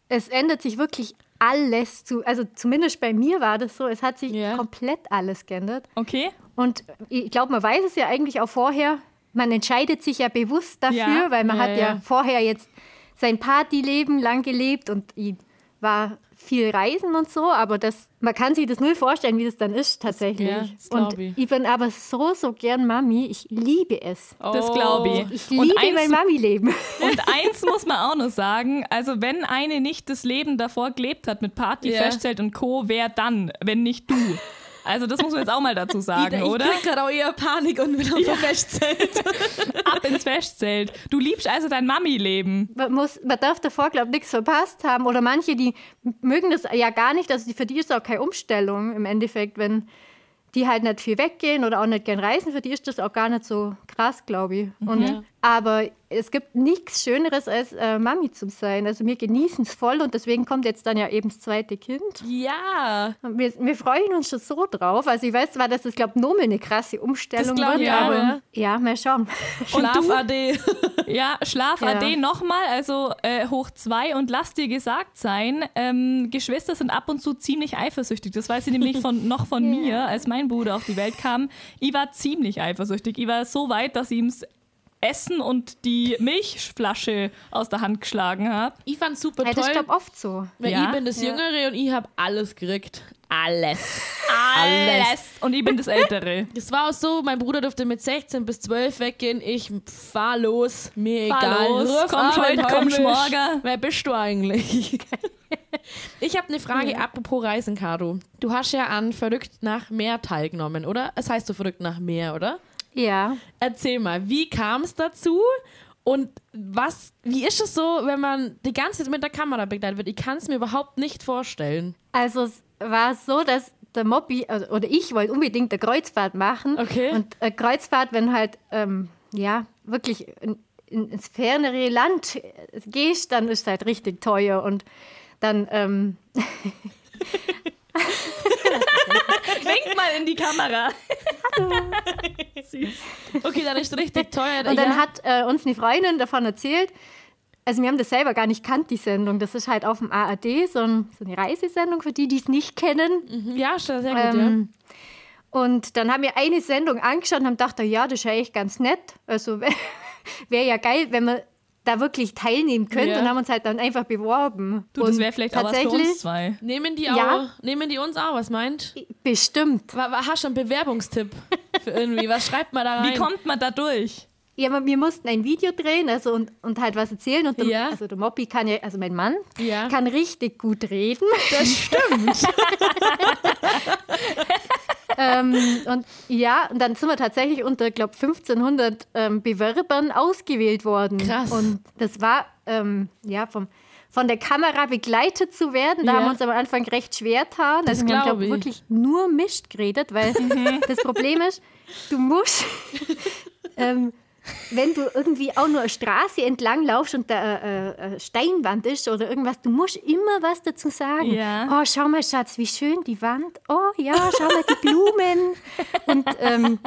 [SPEAKER 5] es ändert sich wirklich alles zu. Also zumindest bei mir war das so. Es hat sich
[SPEAKER 3] Ja.
[SPEAKER 5] komplett alles geändert.
[SPEAKER 4] Okay?
[SPEAKER 5] Und ich glaube, man weiß es ja eigentlich auch vorher. Man entscheidet sich ja bewusst dafür,
[SPEAKER 4] Ja,
[SPEAKER 5] weil man
[SPEAKER 3] ja,
[SPEAKER 5] hat ja,
[SPEAKER 3] ja.
[SPEAKER 5] vorher jetzt sein Partyleben lang gelebt und ich war viel reisen und so, aber das, man kann sich das null vorstellen, wie das dann ist tatsächlich.
[SPEAKER 3] ja, das glaub
[SPEAKER 5] und
[SPEAKER 3] ich.
[SPEAKER 5] ich bin aber so, so gern Mami. Ich liebe es.
[SPEAKER 4] Das glaube ich.
[SPEAKER 5] Ich
[SPEAKER 4] Und
[SPEAKER 5] liebe
[SPEAKER 4] eins-
[SPEAKER 5] mein Mami-Leben.
[SPEAKER 4] Und eins muss man auch noch sagen, also wenn eine nicht das Leben davor gelebt hat mit Party,
[SPEAKER 3] Ja.
[SPEAKER 4] Festzelt und Co., wer dann, wenn nicht du? Also das muss man jetzt auch mal dazu sagen,
[SPEAKER 3] ich
[SPEAKER 4] oder?
[SPEAKER 3] krieg gerade auch eher Panik und will auf ja. Festzelt.
[SPEAKER 4] Ab ins Festzelt. Du liebst also dein Mami-Leben.
[SPEAKER 5] man, muss, man darf davor, glaube ich, nichts verpasst haben. Oder manche, die mögen das ja gar nicht. Also die- für die ist auch keine Umstellung im Endeffekt, wenn die halt nicht viel weggehen oder auch nicht gern reisen. Für die ist das auch gar nicht so krass, glaube ich.
[SPEAKER 3] Mhm.
[SPEAKER 5] Und, Aber es gibt nichts Schöneres, als äh, Mami zu sein. Also wir genießen es voll und deswegen kommt jetzt dann ja eben das zweite Kind.
[SPEAKER 3] Ja.
[SPEAKER 5] Und wir, wir freuen uns schon so drauf. Also ich weiß zwar, dass das, glaube ich, nochmal eine krasse Umstellung
[SPEAKER 3] glaub
[SPEAKER 5] wird,
[SPEAKER 3] ich auch,
[SPEAKER 5] aber
[SPEAKER 3] ja. Oh,
[SPEAKER 5] ja. mal schauen.
[SPEAKER 3] Schlaf AD.
[SPEAKER 4] Ja, Schlaf
[SPEAKER 5] Ja.
[SPEAKER 4] AD nochmal, also äh, hoch zwei und lass dir gesagt sein, ähm, Geschwister sind ab und zu ziemlich eifersüchtig. Das weiß ich nämlich von, noch von mir, als mein Bruder auf die Welt kam. Ich war ziemlich eifersüchtig. Ich war so weit, dass ich ihm Essen und die Milchflasche aus der Hand geschlagen habe.
[SPEAKER 3] Ich fand's super
[SPEAKER 5] Ja, das ist,
[SPEAKER 3] toll.
[SPEAKER 5] glaube ich, oft so.
[SPEAKER 3] Weil
[SPEAKER 4] Ja.
[SPEAKER 3] ich bin das Jüngere und ich habe alles gekriegt. Alles.
[SPEAKER 4] Und ich bin das Ältere.
[SPEAKER 3] Das war auch so, mein Bruder durfte mit 16 bis 12 weggehen. Ich fahr los, mir
[SPEAKER 4] Fahr
[SPEAKER 3] egal.
[SPEAKER 4] los, komm
[SPEAKER 3] an,
[SPEAKER 4] heute,
[SPEAKER 3] wenn
[SPEAKER 4] komm
[SPEAKER 3] bist.
[SPEAKER 4] morgen.
[SPEAKER 3] Wer bist du eigentlich? ich habe eine Frage, apropos Reisen, Caro. Du hast ja an Verrückt nach Meer teilgenommen, oder? Es heißt so Verrückt nach Meer, oder?
[SPEAKER 5] Ja.
[SPEAKER 3] Erzähl mal, wie kam es dazu? Und was, wie ist es so, wenn man die ganze Zeit mit der Kamera begleitet wird? Ich kann es mir überhaupt nicht vorstellen.
[SPEAKER 5] Also es war so, dass der Mobby, also- oder ich wollte unbedingt eine Kreuzfahrt machen.
[SPEAKER 3] Okay.
[SPEAKER 5] Und eine Kreuzfahrt, wenn halt, ähm, ja, wirklich in, in, ins fernere Land äh, gehst, dann ist es halt richtig teuer. Und dann, ähm,
[SPEAKER 4] Wink mal in die Kamera.
[SPEAKER 3] Okay, dann ist richtig teuer.
[SPEAKER 5] Und dann
[SPEAKER 3] ja.
[SPEAKER 5] hat äh, uns eine Freundin davon erzählt. Also wir haben das selber gar nicht kannt, die Sendung. Das ist halt auf dem ARD so, ein, so eine Reisesendung für die, die es nicht kennen.
[SPEAKER 3] Ja, schon sehr gut,
[SPEAKER 5] Ähm, Und dann haben wir eine Sendung angeschaut und haben gedacht, ja, das ist ja echt ganz nett. Also wäre ja geil, wenn wir da wirklich teilnehmen könnten
[SPEAKER 3] Ja.
[SPEAKER 5] und haben uns halt dann einfach beworben.
[SPEAKER 4] Du, das
[SPEAKER 5] Und
[SPEAKER 4] wäre vielleicht auch was für
[SPEAKER 5] tatsächlich
[SPEAKER 4] uns zwei.
[SPEAKER 3] ja. Nehmen die,
[SPEAKER 5] ja.
[SPEAKER 3] auch, nehmen die uns auch, was meint?
[SPEAKER 5] Bestimmt.
[SPEAKER 3] Wa- wa- Hast du einen Bewerbungstipp für irgendwie? Was schreibt man da rein?
[SPEAKER 4] Wie kommt man da durch?
[SPEAKER 5] Ja, aber wir mussten ein Video drehen also und, und halt was erzählen. Und der,
[SPEAKER 3] Ja.
[SPEAKER 5] also der Moppi kann ja, also mein Mann,
[SPEAKER 3] Ja.
[SPEAKER 5] kann richtig gut reden.
[SPEAKER 3] das? Stimmt.
[SPEAKER 5] ähm, und ja, und dann sind wir tatsächlich unter, glaube 1500 ähm, Bewerbern ausgewählt worden.
[SPEAKER 3] Krass.
[SPEAKER 5] Und das war, ähm, ja, vom, von der Kamera begleitet zu werden. Da
[SPEAKER 3] Ja.
[SPEAKER 5] haben wir uns am Anfang recht schwer getan.
[SPEAKER 3] Das
[SPEAKER 5] Also wir haben,
[SPEAKER 3] glaub
[SPEAKER 5] glaub,
[SPEAKER 3] ich. Mhm.
[SPEAKER 5] wirklich nur mischt geredet, weil das Problem ist, du musst, ähm, wenn du irgendwie auch nur eine Straße entlang laufst und da eine, eine Steinwand ist oder irgendwas, du musst immer was dazu sagen.
[SPEAKER 4] Ja.
[SPEAKER 5] Oh, schau mal, Schatz, wie schön die Wand. Oh ja, schau mal die Blumen. Und, ähm,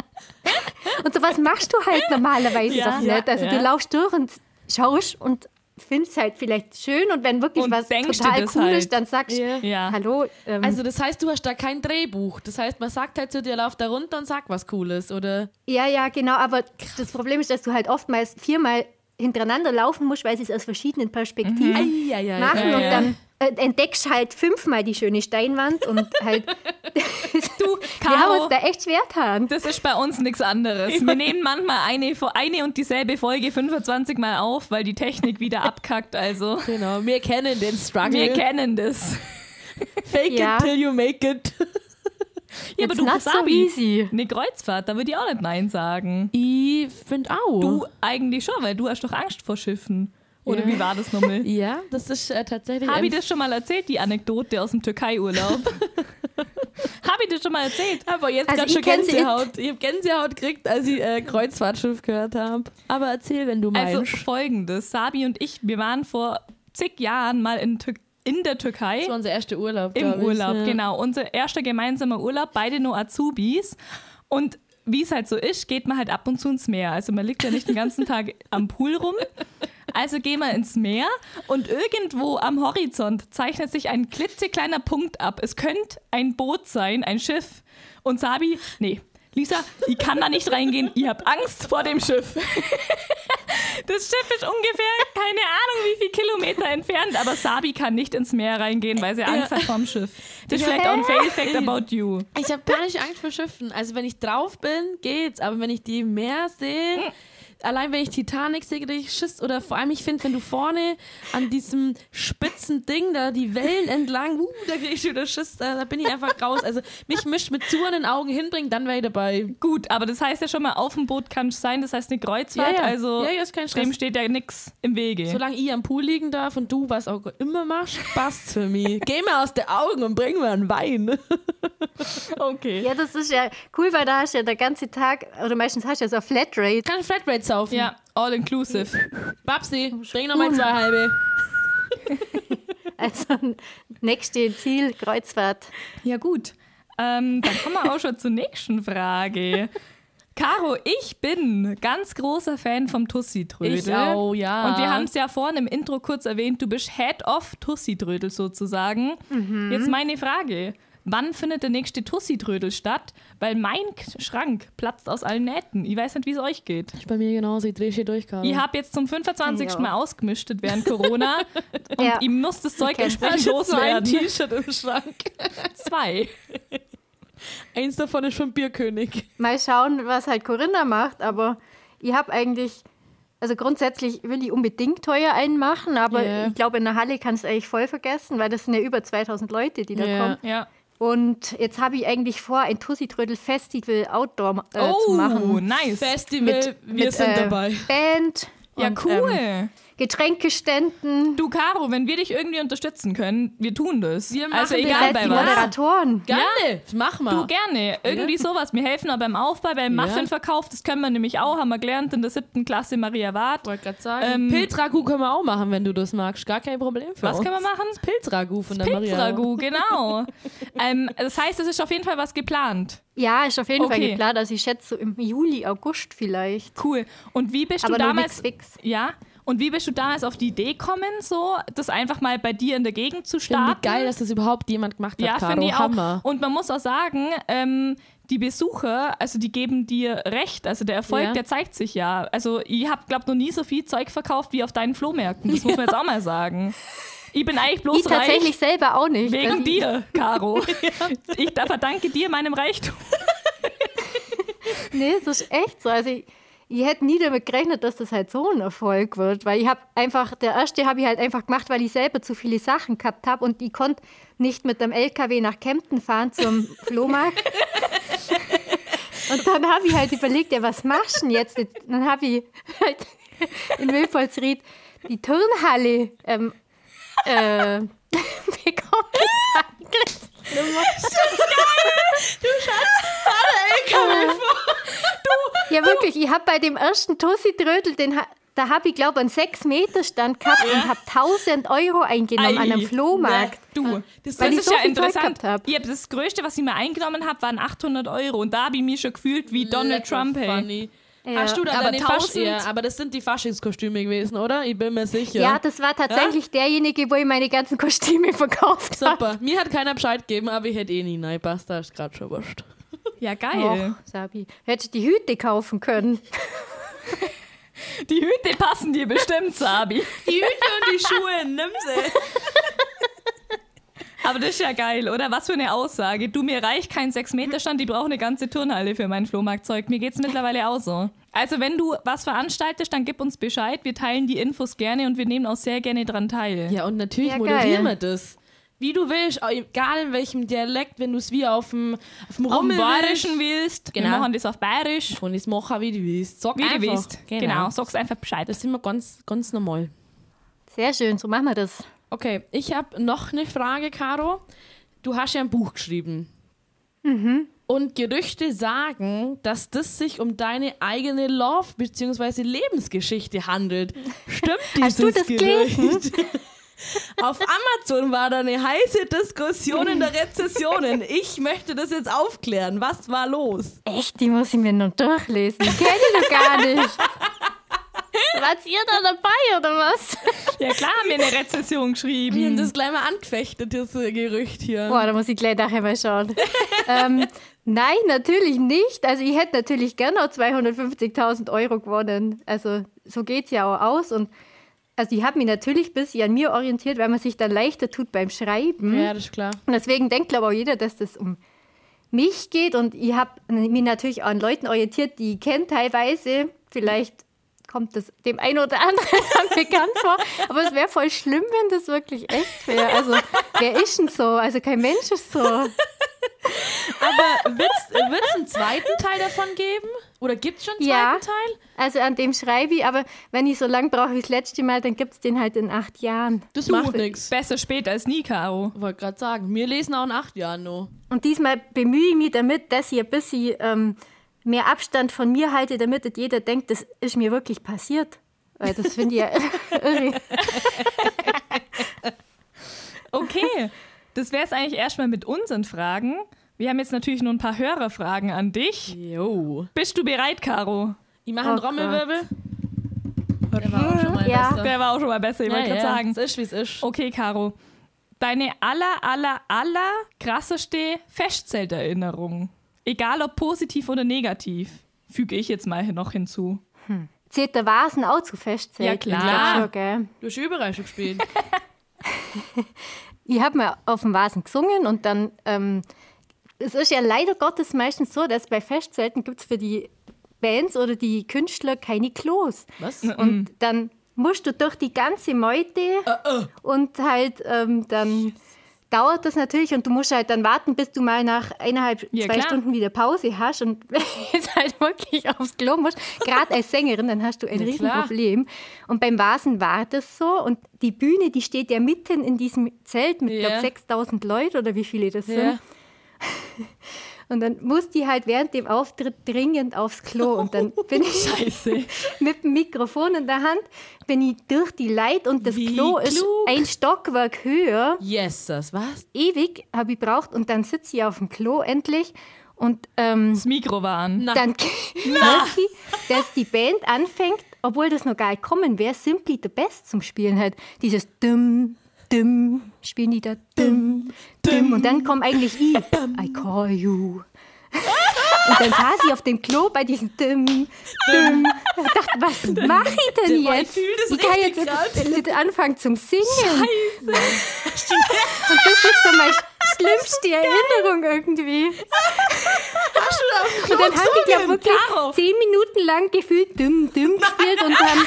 [SPEAKER 5] und sowas machst du halt normalerweise
[SPEAKER 4] Ja,
[SPEAKER 5] doch nicht.
[SPEAKER 4] ja,
[SPEAKER 5] Also
[SPEAKER 4] ja.
[SPEAKER 5] du laufst durch und schaust und findest halt vielleicht schön und wenn wirklich
[SPEAKER 4] Und
[SPEAKER 5] was
[SPEAKER 4] denkst dir
[SPEAKER 5] total
[SPEAKER 4] das
[SPEAKER 5] cool
[SPEAKER 4] halt.
[SPEAKER 5] ist, dann sagst du,
[SPEAKER 3] Ja.
[SPEAKER 4] Ja.
[SPEAKER 5] hallo. Ähm,
[SPEAKER 3] Also das heißt, du hast da kein Drehbuch. Das heißt, man sagt halt zu dir, lauf da runter und sag was Cooles, oder?
[SPEAKER 5] ja, ja, genau, aber das Problem ist, dass du halt oftmals viermal hintereinander laufen musst, weil sie es aus verschiedenen Perspektiven
[SPEAKER 3] Ja, ja,
[SPEAKER 5] machen
[SPEAKER 4] Mhm. Ja,
[SPEAKER 5] und
[SPEAKER 4] ja.
[SPEAKER 5] dann äh, entdeckst halt fünfmal die schöne Steinwand und halt du, wir haben
[SPEAKER 4] Caro.
[SPEAKER 5] uns da echt schwer getan.
[SPEAKER 4] Das ist bei uns nichts anderes. Wir nehmen manchmal eine, Fo- eine und dieselbe Folge 25 Mal auf, weil die Technik wieder abkackt. Also,
[SPEAKER 3] Genau, wir kennen den Struggle.
[SPEAKER 4] wir kennen das.
[SPEAKER 3] Fake
[SPEAKER 5] Ja.
[SPEAKER 3] it till you make it.
[SPEAKER 4] Ja,
[SPEAKER 5] It's not so
[SPEAKER 4] Sabi,
[SPEAKER 5] easy.
[SPEAKER 4] Eine Kreuzfahrt, da würde ich auch nicht Nein sagen.
[SPEAKER 3] Ich finde auch.
[SPEAKER 4] Du eigentlich schon, weil du hast doch Angst vor Schiffen. Oder
[SPEAKER 3] Ja.
[SPEAKER 4] wie war das nochmal?
[SPEAKER 3] Ja, das ist äh, tatsächlich...
[SPEAKER 4] Habe ich
[SPEAKER 3] ein-
[SPEAKER 4] das schon mal erzählt, die Anekdote aus dem Türkei-Urlaub? Habe ich das schon mal erzählt?
[SPEAKER 3] aber jetzt
[SPEAKER 5] Also
[SPEAKER 3] also
[SPEAKER 5] ich
[SPEAKER 3] schon
[SPEAKER 5] kenn's
[SPEAKER 3] Gänsehaut. Ich habe Gänsehaut gekriegt, als ich äh, Kreuzfahrtschiff gehört habe. Aber erzähl, wenn du meinst.
[SPEAKER 4] Also folgendes, Sabi und ich, wir waren vor zig Jahren mal in, Tür in der Türkei.
[SPEAKER 3] Das war unser erster Urlaub.
[SPEAKER 4] Im
[SPEAKER 3] glaub ich.
[SPEAKER 4] Urlaub,
[SPEAKER 3] ja.
[SPEAKER 4] genau. Unser erster gemeinsamer Urlaub, beide nur Azubis. Und wie es halt so ist, geht man halt ab und zu ins Meer. Also man liegt ja nicht den ganzen Tag am Pool rum. Also gehen wir ins Meer und irgendwo am Horizont zeichnet sich ein klitzekleiner Punkt ab. Es könnte ein Boot sein, ein Schiff. Und Sabi, nee, Lisa, ich kann da nicht reingehen. Ich habe Angst vor dem Schiff. Das Schiff ist ungefähr, keine Ahnung, wie viel Kilometer entfernt, aber Sabi kann nicht ins Meer reingehen, weil sie Angst hat vorm Schiff. Das ist vielleicht auch ein Fail-Fact about you.
[SPEAKER 3] Ich habe gar nicht Angst vor Schiffen. Also wenn ich drauf bin, geht's. Aber wenn ich die Meer sehe, allein wenn ich Titanic sehe, krieg ich Schiss. Oder vor allem, ich finde, wenn du vorne an diesem spitzen Ding da die Wellen entlang, uh, da krieg ich schon wieder Schiss. Da, da bin ich einfach raus. Also mich mischt mit zuhenden Augen hinbringen, dann wäre ich dabei.
[SPEAKER 4] Gut, aber das heißt ja schon mal, auf dem Boot kann es sein, das heißt eine Kreuzfahrt,
[SPEAKER 3] Ja, ja.
[SPEAKER 4] also
[SPEAKER 3] Ja, ja, ist kein Stress.
[SPEAKER 4] dem steht ja nichts im Wege.
[SPEAKER 3] Solange ich am Pool liegen darf und du was auch immer machst, passt für mich. Geh mir aus den Augen und bring mir einen Wein.
[SPEAKER 4] okay.
[SPEAKER 5] Ja, das ist ja cool, weil da hast du ja den ganzen Tag, oder meistens hast du ja so eine Flatrate.
[SPEAKER 3] Kann Flatrate saufen.
[SPEAKER 4] Ja, Oh, all inclusive.
[SPEAKER 3] Babsi, bring noch mal zwei halbe.
[SPEAKER 5] Also nächste Ziel, Kreuzfahrt.
[SPEAKER 4] Ja, gut. Ähm, dann kommen wir auch schon zur nächsten Frage. Caro, ich bin ganz großer Fan vom Tussi-Trödel.
[SPEAKER 3] Ich auch, ja.
[SPEAKER 4] Und wir haben es ja vorhin im Intro kurz erwähnt, du bist Head of Tussi-Trödel sozusagen.
[SPEAKER 3] Mhm.
[SPEAKER 4] Jetzt meine Frage. Wann findet der nächste Tussi-Trödel statt? Weil mein K- Schrank platzt aus allen Nähten. Ich weiß nicht, wie es euch geht.
[SPEAKER 3] Ist bei mir genauso, ich drehe hier durch gerade.
[SPEAKER 4] Ich habe jetzt zum 25.
[SPEAKER 5] Ja.
[SPEAKER 4] Mal ausgemischtet während Corona und
[SPEAKER 5] Ja.
[SPEAKER 4] ich muss das Zeug entsprechend
[SPEAKER 3] so ein
[SPEAKER 4] loswerden.
[SPEAKER 3] T-Shirt im Schrank.
[SPEAKER 4] Zwei.
[SPEAKER 3] Eins davon ist von Bierkönig.
[SPEAKER 5] Mal schauen, was halt Corinna macht, aber ich habe eigentlich, also grundsätzlich will ich unbedingt teuer einen machen, aber
[SPEAKER 3] Ja.
[SPEAKER 5] ich glaube, in der Halle kannst du eigentlich voll vergessen, weil das sind ja über 2000 Leute, die da
[SPEAKER 3] Ja.
[SPEAKER 5] kommen.
[SPEAKER 4] Ja.
[SPEAKER 5] Und jetzt habe ich eigentlich vor, ein Tussi-Trödel-Festival Outdoor äh,
[SPEAKER 4] Oh,
[SPEAKER 5] zu machen.
[SPEAKER 4] nice.
[SPEAKER 3] Festival, wir
[SPEAKER 5] Mit,
[SPEAKER 3] sind
[SPEAKER 5] äh,
[SPEAKER 3] dabei.
[SPEAKER 5] Band.
[SPEAKER 4] Ja,
[SPEAKER 5] und,
[SPEAKER 4] cool.
[SPEAKER 5] Ähm, Getränkeständen.
[SPEAKER 4] Du, Caro, wenn wir dich irgendwie unterstützen können, wir tun das.
[SPEAKER 3] Wir machen
[SPEAKER 4] also
[SPEAKER 3] den
[SPEAKER 4] egal
[SPEAKER 5] Seid
[SPEAKER 4] bei
[SPEAKER 5] die
[SPEAKER 4] was.
[SPEAKER 5] Moderatoren.
[SPEAKER 3] Gerne, mach mal.
[SPEAKER 4] Du gerne. Irgendwie sowas. Mir helfen auch beim Aufbau, beim
[SPEAKER 3] Ja.
[SPEAKER 4] Muffinverkauf. Das können wir nämlich auch, haben wir gelernt in der siebten Klasse Maria Ward.
[SPEAKER 3] Wollte gerade sagen.
[SPEAKER 4] Ähm,
[SPEAKER 3] Pilzragout können wir auch machen, wenn du das magst. Gar kein Problem für
[SPEAKER 4] Was
[SPEAKER 3] uns.
[SPEAKER 4] können wir machen?
[SPEAKER 3] Pilzragout von der Maria.
[SPEAKER 4] Pilzragout, genau. ähm, das heißt, es ist auf jeden Fall was geplant.
[SPEAKER 5] Ja, ist auf jeden Fall
[SPEAKER 4] Okay.
[SPEAKER 5] geplant. Also ich schätze so im Juli, August vielleicht.
[SPEAKER 4] Cool. Und wie bist
[SPEAKER 5] Aber
[SPEAKER 4] du
[SPEAKER 5] noch
[SPEAKER 4] damals?
[SPEAKER 5] nix fix.
[SPEAKER 4] Ja. Und wie bist du damals auf die Idee gekommen, so das einfach mal bei dir in der Gegend zu
[SPEAKER 3] Finde
[SPEAKER 4] starten?
[SPEAKER 3] ich geil, dass das überhaupt jemand gemacht hat,
[SPEAKER 4] Ja,
[SPEAKER 3] Caro.
[SPEAKER 4] finde ich auch. Oh,
[SPEAKER 3] Hammer.
[SPEAKER 4] Und man muss auch sagen, ähm, die Besucher, also die geben dir recht. Also der Erfolg,
[SPEAKER 3] Ja.
[SPEAKER 4] der zeigt sich ja. Also ich habe, glaube noch nie so viel Zeug verkauft wie auf deinen Flohmärkten. Das muss man jetzt auch mal sagen. Ich bin eigentlich bloß
[SPEAKER 5] Ich tatsächlich
[SPEAKER 4] reich
[SPEAKER 5] selber auch nicht.
[SPEAKER 4] wegen
[SPEAKER 5] Also ich-
[SPEAKER 4] dir, Caro. Ich da verdanke dir meinem Reichtum.
[SPEAKER 5] Nee, das ist echt so. Also ich, ich hätte nie damit gerechnet, dass das halt so ein Erfolg wird, weil ich habe einfach, der erste habe ich halt einfach gemacht, weil ich selber zu viele Sachen gehabt habe und ich konnte nicht mit dem LKW nach Kempten fahren zum Flohmarkt. Und dann habe ich halt überlegt, ja, was machst du denn jetzt? Dann habe ich halt in Wilpolsried die Turnhalle ähm, äh, bekommen. Äh, Ja, wirklich. Ich habe bei dem ersten Tussi-Trödel, den, ha- da habe ich, glaube einen 6-Meter-Stand gehabt und habe 1000 Euro eingenommen an einem
[SPEAKER 4] Ei,
[SPEAKER 5] Flohmarkt.
[SPEAKER 4] Du, das,
[SPEAKER 5] Ah, Weil ich
[SPEAKER 4] ist
[SPEAKER 5] so
[SPEAKER 4] ja
[SPEAKER 5] viel Zeug
[SPEAKER 4] interessant.
[SPEAKER 5] gehabt hab.
[SPEAKER 4] Ich hab das Größte, was ich mir eingenommen habe, waren 800 Euro. Und da habe ich mich schon gefühlt wie Donald
[SPEAKER 3] Lecker
[SPEAKER 4] Trump. Hey.
[SPEAKER 3] Funny.
[SPEAKER 5] Ja.
[SPEAKER 3] ne. Hast du da
[SPEAKER 4] Aber
[SPEAKER 3] deine Fasch
[SPEAKER 4] 1000?
[SPEAKER 3] ja, aber das sind die Faschingskostüme gewesen, oder? Ich bin mir sicher.
[SPEAKER 5] Ja, das war tatsächlich derjenige, wo ich meine ganzen Kostüme verkauft habe.
[SPEAKER 3] Super. Mir hat keiner Bescheid gegeben, aber ich hätte eh nie. Nein, passt, da ist gerade schon wurscht.
[SPEAKER 4] Ja,
[SPEAKER 3] Äh.
[SPEAKER 4] geil.
[SPEAKER 5] Och, Sabi, hätte ich die Hüte kaufen können.
[SPEAKER 4] Die Hüte passen dir bestimmt, Sabi.
[SPEAKER 3] Die Hüte und die Schuhe, nimm sie.
[SPEAKER 4] Aber das ist ja geil, oder? Was für eine Aussage. Du, mir reicht kein 6-Meter-Stand, ich brauche eine ganze Turnhalle für mein Flohmarktzeug. Mir geht's mittlerweile auch so. Also, wenn du was veranstaltest, dann gib uns Bescheid. Wir teilen die Infos gerne und wir nehmen auch sehr gerne dran teil.
[SPEAKER 3] Ja, und natürlich
[SPEAKER 5] Ja,
[SPEAKER 3] moderieren
[SPEAKER 5] geil.
[SPEAKER 3] wir das. Wie du willst, auch egal in welchem Dialekt, wenn du es wie auf dem, auf dem
[SPEAKER 4] Auf dem
[SPEAKER 3] Rummel
[SPEAKER 4] Bayerischen willst, genau. wir
[SPEAKER 3] Genau.
[SPEAKER 4] machen das auf Bayerisch,
[SPEAKER 3] Und es machen, wie du willst. Sag
[SPEAKER 4] wie
[SPEAKER 3] einfach.
[SPEAKER 4] du willst. Genau. sag's einfach Bescheid.
[SPEAKER 3] Das sind wir ganz, ganz normal.
[SPEAKER 5] Sehr schön, so machen wir das.
[SPEAKER 3] Okay, ich habe noch eine Frage, Caro. Du hast ja ein Buch geschrieben.
[SPEAKER 5] Mhm.
[SPEAKER 3] Und Gerüchte sagen, dass das sich um deine eigene Love- bzw. Lebensgeschichte handelt. Stimmt dieses
[SPEAKER 5] Hast du das
[SPEAKER 3] Gerücht? Auf Amazon war da eine heiße Diskussion in der Rezessionen. Ich möchte das jetzt aufklären. Was war los?
[SPEAKER 5] Echt, die muss ich mir noch durchlesen. Die kenne ich noch gar nicht. Wart ihr da dabei oder was?
[SPEAKER 4] Ja, klar, haben wir eine Rezession geschrieben.
[SPEAKER 3] Wir haben das gleich mal angefechtet, das äh, Gerücht hier.
[SPEAKER 5] Boah, da muss ich gleich nachher mal schauen. ähm, nein, natürlich nicht. Also ich hätte natürlich gerne auch 250.000 Euro gewonnen. Also so geht es ja auch aus. Und also ich habe mich natürlich ein bisschen an mir orientiert, weil man sich dann leichter tut beim Schreiben.
[SPEAKER 3] Ja, das ist klar.
[SPEAKER 5] Und deswegen denkt, glaube ich, auch jeder, dass das um mich geht. Und ich habe mich natürlich auch an Leuten orientiert, die ich kenne teilweise. Vielleicht kommt das dem einen oder anderen dann bekannt vor. Aber es wäre voll schlimm, wenn das wirklich echt wäre. Also, wer ist denn so? Also, kein Mensch ist so.
[SPEAKER 3] Aber wird es einen zweiten Teil davon geben? Oder gibt es schon einen
[SPEAKER 5] Ja.
[SPEAKER 3] zweiten Teil?
[SPEAKER 5] Also, an dem schreibe ich. Aber wenn ich so lange brauche wie das letzte Mal, dann gibt es den halt in acht Jahren.
[SPEAKER 3] Das
[SPEAKER 4] Du,
[SPEAKER 3] macht nichts.
[SPEAKER 4] Besser spät als nie, Caro.
[SPEAKER 3] Wollte gerade sagen, wir lesen auch in acht Jahren noch.
[SPEAKER 5] Und diesmal bemühe ich mich damit, dass ich ein bisschen ähm, mehr Abstand von mir halte, damit nicht jeder denkt, das ist mir wirklich passiert. Weil das finde ich ja irre.
[SPEAKER 4] Okay, das wäre es eigentlich erstmal mit unseren Fragen. Wir haben jetzt natürlich nur ein paar Hörerfragen an dich.
[SPEAKER 3] Jo.
[SPEAKER 4] Bist du bereit, Caro?
[SPEAKER 3] Ich mache einen
[SPEAKER 5] Oh
[SPEAKER 3] Trommelwirbel. Der war auch schon mal
[SPEAKER 5] Ja.
[SPEAKER 3] besser.
[SPEAKER 4] Der war auch schon mal besser, ich wollte gerade sagen.
[SPEAKER 3] Es ist, wie es ist.
[SPEAKER 4] Okay, Caro. Deine aller, aller, aller krasseste Festzelterinnerung. Egal ob positiv oder negativ, füge ich jetzt mal noch hinzu.
[SPEAKER 5] Zählt der Vasen auch zu fest?
[SPEAKER 4] Ja, klar.
[SPEAKER 5] Schon, gell?
[SPEAKER 3] Du hast überall schon gespielt.
[SPEAKER 5] Ich habe mal auf dem Vasen gesungen und dann, ähm, es ist ja leider Gottes meistens so, dass bei Festzelten gibt es für die Bands oder die Künstler keine Klos.
[SPEAKER 3] Was?
[SPEAKER 4] Mhm.
[SPEAKER 5] Und dann musst du durch die ganze Meute und halt ähm, dann dauert das natürlich und du musst halt dann warten, bis du mal nach eineinhalb,
[SPEAKER 4] Ja,
[SPEAKER 5] zwei
[SPEAKER 4] klar.
[SPEAKER 5] Stunden wieder Pause hast und wenn du jetzt halt wirklich aufs Klo musst, gerade als Sängerin, dann hast du ein
[SPEAKER 3] Na klar.
[SPEAKER 5] Riesenproblem. Und beim Vasen war das so und die Bühne, die steht ja mitten in diesem Zelt mit,
[SPEAKER 3] Ja.
[SPEAKER 5] glaub, 6000 Leuten oder wie viele das
[SPEAKER 3] Ja.
[SPEAKER 5] sind. Und dann muss die halt während dem Auftritt dringend aufs Klo und dann bin ich
[SPEAKER 3] Scheiße.
[SPEAKER 5] mit dem Mikrofon in der Hand, bin ich durch die Leit und das
[SPEAKER 3] Wie
[SPEAKER 5] Klo ist
[SPEAKER 3] klug.
[SPEAKER 5] ein Stockwerk höher
[SPEAKER 3] Yes, das was?
[SPEAKER 5] ewig habe ich braucht und dann sitze ich auf dem Klo endlich und ähm,
[SPEAKER 4] Das Mikro war an.
[SPEAKER 3] Na.
[SPEAKER 5] dann merke ich, dass die Band anfängt, obwohl das noch gar nicht kommen wäre, Simply the Best zum Spielen halt. Dieses Düm, Düm, spielen die da Düm, Düm und dann kommt eigentlich ich, I call you. Und dann saß ich auf dem Klo bei diesem Düm, Düm. Ich dachte, was mache ich denn
[SPEAKER 3] Boah, ich
[SPEAKER 5] jetzt?
[SPEAKER 3] fühl das
[SPEAKER 5] Ich kann
[SPEAKER 3] richtig
[SPEAKER 5] jetzt nicht- nicht anfangen zum Singen. Und das ist so meine schlimmste Erinnerung irgendwie. Und dann haben die, glaube wirklich zehn Minuten lang gefühlt dümm, dümm gespielt und haben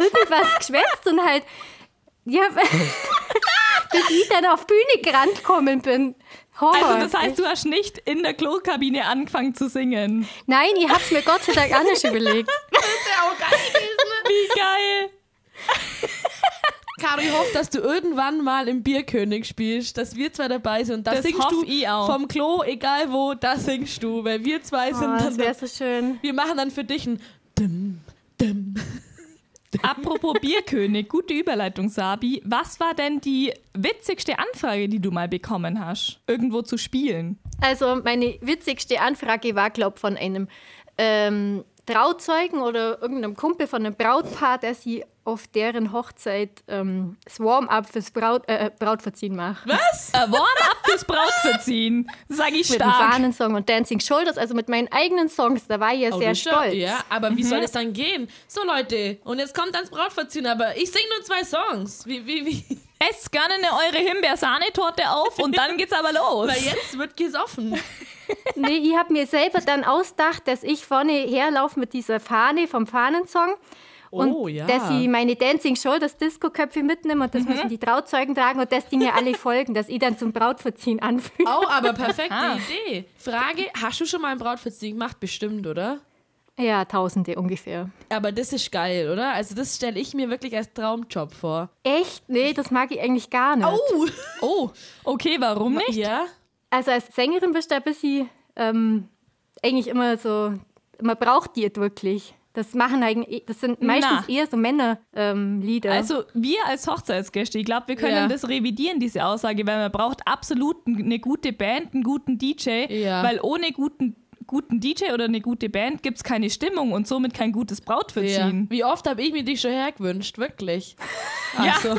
[SPEAKER 5] irgendwas geschwätzt und halt, ja, dass ich dann auf Bühne gerannt kommen bin. Horror.
[SPEAKER 4] Also das heißt, du hast nicht in der Klokabine angefangen zu singen.
[SPEAKER 5] Nein, ich hab's mir Gott sei Dank anders überlegt.
[SPEAKER 4] Wie geil.
[SPEAKER 3] Caro, ich hoffe, dass du irgendwann mal im Bierkönig spielst, dass wir zwei dabei sind. Da
[SPEAKER 4] Das
[SPEAKER 3] singst
[SPEAKER 4] hoff
[SPEAKER 3] du
[SPEAKER 4] ich auch.
[SPEAKER 3] vom Klo, egal wo, da singst du, weil wir zwei
[SPEAKER 5] Oh,
[SPEAKER 3] sind
[SPEAKER 5] das
[SPEAKER 3] dann.
[SPEAKER 5] wäre so schön.
[SPEAKER 3] Wir machen dann für dich ein Dim, Dim.
[SPEAKER 4] Apropos Bierkönig, gute Überleitung, Sabi. Was war denn die witzigste Anfrage, die du mal bekommen hast, irgendwo zu spielen?
[SPEAKER 5] Also meine witzigste Anfrage war, glaube ich, von einem ähm, Trauzeugen oder irgendeinem Kumpel von einem Brautpaar, der sie auf deren Hochzeit ähm, das Warm-up fürs Braut, äh, Brautverziehen macht.
[SPEAKER 4] Was? Ein Warm-up fürs Brautverziehen. Sag ich
[SPEAKER 5] Mit dem
[SPEAKER 4] stark.
[SPEAKER 5] Fahnensong und Dancing Shoulders, also mit meinen eigenen Songs, da war ich ja
[SPEAKER 3] Oh,
[SPEAKER 5] sehr
[SPEAKER 3] du Scha-
[SPEAKER 5] stolz. Mhm.
[SPEAKER 3] Ja, aber wie soll es dann gehen? So, Leute, und jetzt kommt ans Brautverziehen, aber ich singe nur zwei Songs. Wie, wie, wie?
[SPEAKER 4] Esst gerne eine eure Himbeersahnetorte auf und dann geht's aber los.
[SPEAKER 3] Weil jetzt wird gesoffen.
[SPEAKER 5] Nee, ich habe mir selber dann ausgedacht, dass ich vorne herlaufe mit dieser Fahne vom Fahnensong. Und
[SPEAKER 3] Oh, ja.
[SPEAKER 5] dass ich meine Dancing Shoulders Disco-Köpfe mitnehme und das müssen die Trauzeugen tragen und dass die mir alle folgen, dass ich dann zum Brautverziehen anführe.
[SPEAKER 3] Oh, aber perfekte
[SPEAKER 4] Ah.
[SPEAKER 3] Idee. Frage, hast du schon mal ein Brautverziehen gemacht? Bestimmt, oder?
[SPEAKER 5] Ja, Tausende ungefähr.
[SPEAKER 3] Aber das ist geil, oder? Also das stelle ich mir wirklich als Traumjob vor.
[SPEAKER 5] Echt? Nee, das mag ich eigentlich gar nicht.
[SPEAKER 3] Oh!
[SPEAKER 4] Oh, okay, warum nicht?
[SPEAKER 3] Ja?
[SPEAKER 5] Also als Sängerin bist du ein bisschen ähm, eigentlich immer so, man braucht die jetzt wirklich. Das machen eigentlich, das sind meistens
[SPEAKER 4] Na.
[SPEAKER 5] eher so Männerlieder. Ähm, Lieder.
[SPEAKER 4] Also wir als Hochzeitsgäste, ich glaube, wir können
[SPEAKER 3] Ja.
[SPEAKER 4] das revidieren, diese Aussage, weil man braucht absolut n- eine gute Band, einen guten DJ,
[SPEAKER 3] Ja.
[SPEAKER 4] weil ohne guten, guten DJ oder eine gute Band gibt es keine Stimmung und somit kein gutes
[SPEAKER 3] ja.
[SPEAKER 4] Brautverziehen.
[SPEAKER 3] Wie oft habe ich mir dich schon hergewünscht, wirklich. Also,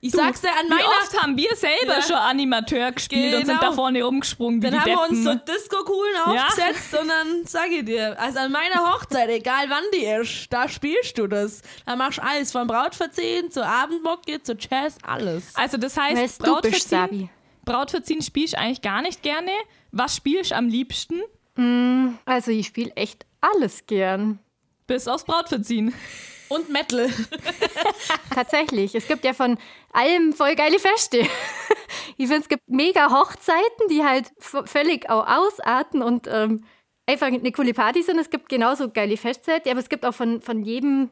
[SPEAKER 3] ich sag's dir an
[SPEAKER 4] Wie
[SPEAKER 3] meiner...
[SPEAKER 4] oft haben wir selber
[SPEAKER 3] Ja.
[SPEAKER 4] schon Animateur gespielt und sind
[SPEAKER 3] Genau.
[SPEAKER 4] da vorne rumgesprungen wie
[SPEAKER 3] Dann
[SPEAKER 4] die
[SPEAKER 3] haben wir uns so
[SPEAKER 4] Deppen.
[SPEAKER 3] Disco-Coolen
[SPEAKER 4] Ja.
[SPEAKER 3] aufgesetzt und dann sag ich dir, also an meiner Hochzeit, egal wann die ist, da spielst du das. Da machst du alles, vom Brautverziehen zur Abendmocke, zur Jazz, alles.
[SPEAKER 4] also das
[SPEAKER 5] Weil
[SPEAKER 4] heißt,
[SPEAKER 5] es du bist,
[SPEAKER 4] Brautverziehen,
[SPEAKER 5] Sabi.
[SPEAKER 4] Brautverziehen spielst du eigentlich gar nicht gerne. Was spielst du am liebsten?
[SPEAKER 5] Also ich spiele echt alles gern.
[SPEAKER 4] Bis aufs Brautverziehen.
[SPEAKER 3] Und Metal.
[SPEAKER 5] Tatsächlich. Es gibt ja von allem voll geile Feste. Ich finde, es gibt mega Hochzeiten, die halt v- völlig au- ausarten und ähm, einfach eine coole Party sind. Es gibt genauso geile Festzeiten, aber es gibt auch von, von jedem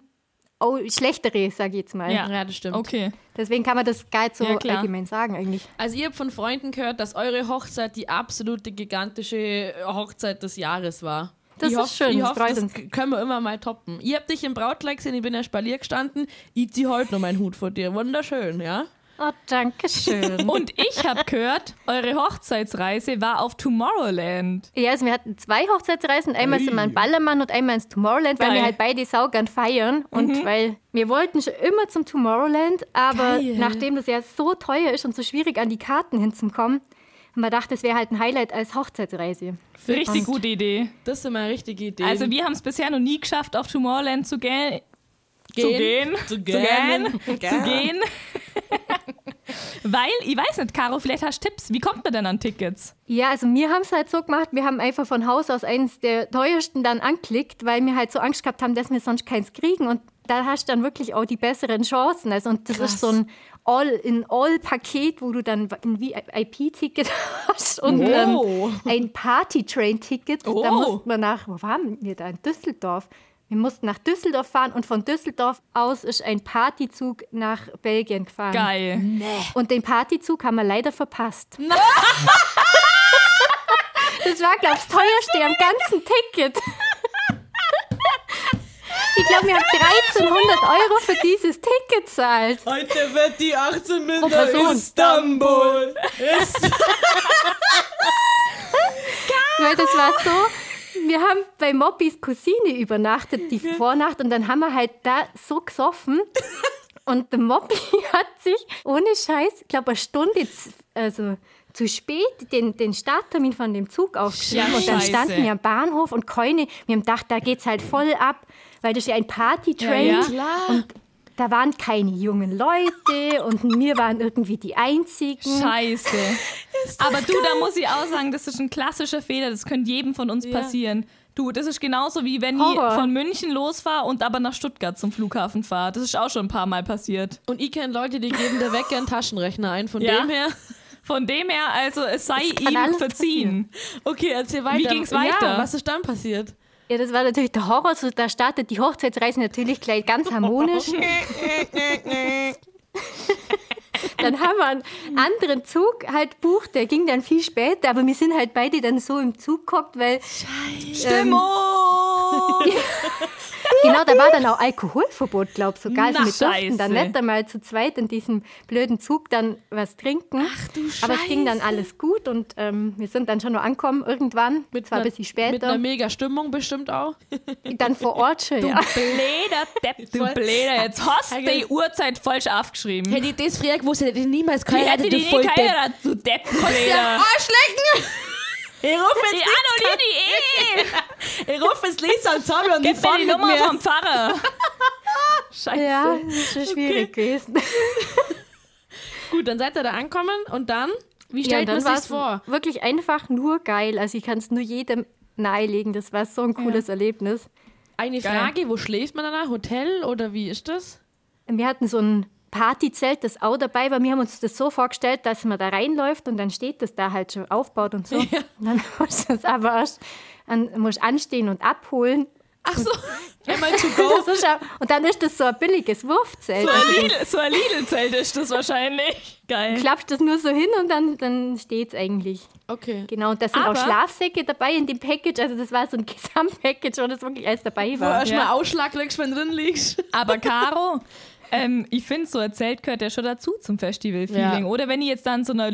[SPEAKER 5] au- schlechtere, sage ich jetzt mal.
[SPEAKER 3] ja, das stimmt.
[SPEAKER 4] Okay.
[SPEAKER 5] Deswegen kann man das gar nicht so
[SPEAKER 4] Ja, klar.
[SPEAKER 5] allgemein sagen eigentlich.
[SPEAKER 3] Also ihr habt von Freunden gehört, dass eure Hochzeit die absolute gigantische Hochzeit des Jahres war.
[SPEAKER 5] Das
[SPEAKER 3] ich
[SPEAKER 5] ist
[SPEAKER 3] hoff-
[SPEAKER 5] schön,
[SPEAKER 3] ich
[SPEAKER 5] das
[SPEAKER 3] hoff,
[SPEAKER 5] freut
[SPEAKER 3] das
[SPEAKER 5] uns.
[SPEAKER 3] k- können wir immer mal toppen. Ihr habt dich im Brautkleid gesehen, ich bin erst bei dir gestanden. Ich zieh heute noch meinen Hut vor dir. Wunderschön, ja?
[SPEAKER 5] Oh, danke schön.
[SPEAKER 4] Und ich habe gehört, eure Hochzeitsreise war auf Tomorrowland.
[SPEAKER 5] ja, also wir hatten zwei Hochzeitsreisen. Einmal sind wir in Ballermann und einmal ins Tomorrowland, weil
[SPEAKER 4] Geil.
[SPEAKER 5] wir halt beide saugern feiern. Und weil wir wollten schon immer zum Tomorrowland, aber
[SPEAKER 3] Geil.
[SPEAKER 5] nachdem das ja so teuer ist und so schwierig an die Karten hinzukommen, haben wir gedacht, das wäre halt ein Highlight als Hochzeitsreise.
[SPEAKER 4] Richtig gute Idee.
[SPEAKER 3] Das ist immer eine richtige Idee.
[SPEAKER 4] Also wir haben es bisher noch nie geschafft, auf Tomorrowland zu gehen. Zu gehen.
[SPEAKER 3] Zu
[SPEAKER 4] Zu gehen.
[SPEAKER 3] gehen.
[SPEAKER 4] Zu gehen. Weil, ich weiß nicht, Caro, vielleicht hast du Tipps. Wie kommt man denn an Tickets?
[SPEAKER 5] Ja, also wir haben es halt so gemacht, wir haben einfach von Haus aus eines der teuersten dann angeklickt, weil wir halt so Angst gehabt haben, dass wir sonst keins kriegen. Und da hast du dann wirklich auch die besseren Chancen. Also, und das ist so ein All-in-All-Paket, wo du dann ein VIP-Ticket hast und
[SPEAKER 3] Oh.
[SPEAKER 5] ähm, ein Party-Train-Ticket.
[SPEAKER 3] Oh.
[SPEAKER 5] Da musste man nach, wo waren wir da? In Düsseldorf. Wir mussten nach Düsseldorf fahren und von Düsseldorf aus ist ein Partyzug nach Belgien gefahren.
[SPEAKER 4] Geil.
[SPEAKER 5] Und den Partyzug haben wir leider verpasst. das war, glaube ich, das teuerste am ganzen Ticket. Ich glaube, wir haben 1300 Euro für dieses Ticket zahlt.
[SPEAKER 3] Heute wird die 18 mit
[SPEAKER 5] nach Person.
[SPEAKER 3] Istanbul.
[SPEAKER 5] Weil das war so, wir haben bei Moppis Cousine übernachtet, die Vornacht, und dann haben wir halt da so gesoffen. Und der Moppi hat sich ohne Scheiß, glaube eine Stunde z- also zu spät den, den Starttermin von dem Zug aufgeschrieben.
[SPEAKER 4] Ja,
[SPEAKER 5] und dann
[SPEAKER 4] scheiße.
[SPEAKER 5] standen wir am Bahnhof und keine, wir haben gedacht, da geht's halt voll ab, weil das ist ja ein Party-Train.
[SPEAKER 4] Ja, ja.
[SPEAKER 5] Und da waren keine jungen Leute und wir waren irgendwie die Einzigen.
[SPEAKER 4] Scheiße. Aber du, da muss ich auch sagen, das ist ein klassischer Fehler. Das könnte jedem von uns passieren. Du, das ist genauso wie wenn
[SPEAKER 5] Horror.
[SPEAKER 4] ich von München losfahre und aber nach Stuttgart zum Flughafen fahre. Das ist auch schon ein paar Mal passiert.
[SPEAKER 3] Und ich kenne Leute, die geben der Wecker einen Taschenrechner ein. Von
[SPEAKER 4] Ja.
[SPEAKER 3] dem her.
[SPEAKER 4] Von dem her, also es sei ihm
[SPEAKER 5] alles
[SPEAKER 4] verziehen.
[SPEAKER 3] Okay, erzähl weiter.
[SPEAKER 4] ging's weiter?
[SPEAKER 3] Ja, was ist dann passiert?
[SPEAKER 5] Ja, das war natürlich der Horror. So, da startet die Hochzeitsreise natürlich gleich ganz harmonisch. dann haben wir einen anderen Zug halt bucht, der ging dann viel später, aber wir sind halt beide dann so im Zug gehockt, weil
[SPEAKER 4] Stimmung!
[SPEAKER 5] genau da war dann auch Alkoholverbot, glaub sogar. Also
[SPEAKER 4] Na,
[SPEAKER 5] wir durften dann
[SPEAKER 4] scheiße.
[SPEAKER 5] nicht einmal zu zweit in diesem blöden Zug dann was trinken. Ach
[SPEAKER 3] du
[SPEAKER 5] Aber es ging dann alles gut und ähm, wir sind dann schon noch angekommen irgendwann, zwar ein
[SPEAKER 3] ner-
[SPEAKER 5] bisschen
[SPEAKER 3] Mit einer
[SPEAKER 5] später,
[SPEAKER 3] mega Stimmung bestimmt auch.
[SPEAKER 5] dann vor Ort schon. Ja.
[SPEAKER 4] Bläder, Depp, du Bläder. Jetzt hast du die Uhrzeit falsch aufgeschrieben.
[SPEAKER 3] Hätte ich das früher gewusst, hätte ich niemals
[SPEAKER 4] Ich hätte die nie geheiratet, du Depp, Bläder.
[SPEAKER 3] Arschlecken! Ich rufe
[SPEAKER 4] Ich annulliere die Ehe.
[SPEAKER 3] ich ruf jetzt Lisa und Zabi und
[SPEAKER 4] Gib mir eh, die Nummer vom Pfarrer. Scheiße.
[SPEAKER 5] Ja, das ist schon schwierig gewesen.
[SPEAKER 3] Gut, dann seid ihr da ankommen und dann, wie
[SPEAKER 5] Ja,
[SPEAKER 3] stellt
[SPEAKER 5] dann
[SPEAKER 3] man
[SPEAKER 5] war
[SPEAKER 3] sich
[SPEAKER 5] es
[SPEAKER 3] vor?
[SPEAKER 5] wirklich einfach nur geil. Also ich kann es nur jedem nahelegen. Das war so ein cooles Erlebnis.
[SPEAKER 3] Eine
[SPEAKER 4] Geil.
[SPEAKER 3] Frage, wo schläft man danach? Hotel oder wie ist das?
[SPEAKER 5] Wir hatten so ein Partyzelt, das auch dabei war. Wir haben uns das so vorgestellt, dass man da reinläuft und dann steht das da halt schon aufbaut und so. Und dann musst du es aber erst an, musst anstehen und abholen.
[SPEAKER 3] Ach so, einmal zu go.
[SPEAKER 5] Das ist auch, und dann ist das so ein billiges Wurfzelt.
[SPEAKER 4] So ein
[SPEAKER 5] Also du
[SPEAKER 4] Lidl- So ein Lidl-Zelt ist das wahrscheinlich. Geil.
[SPEAKER 5] klappst das nur so hin und dann, dann steht es eigentlich.
[SPEAKER 3] Okay.
[SPEAKER 5] Genau, und da sind
[SPEAKER 4] Aber-
[SPEAKER 5] auch Schlafsäcke dabei in dem Package. Also das war so ein Gesamtpackage, wo das wirklich alles dabei
[SPEAKER 3] Wo
[SPEAKER 5] war.
[SPEAKER 3] erstmal
[SPEAKER 4] Ja.
[SPEAKER 3] Ausschlag kriegst, wenn du drin liegst.
[SPEAKER 4] Aber Caro, ähm, ich finde, so ein Zelt gehört ja schon dazu zum
[SPEAKER 3] Ja.
[SPEAKER 4] Festival-Feeling. Oder wenn ihr jetzt dann so einer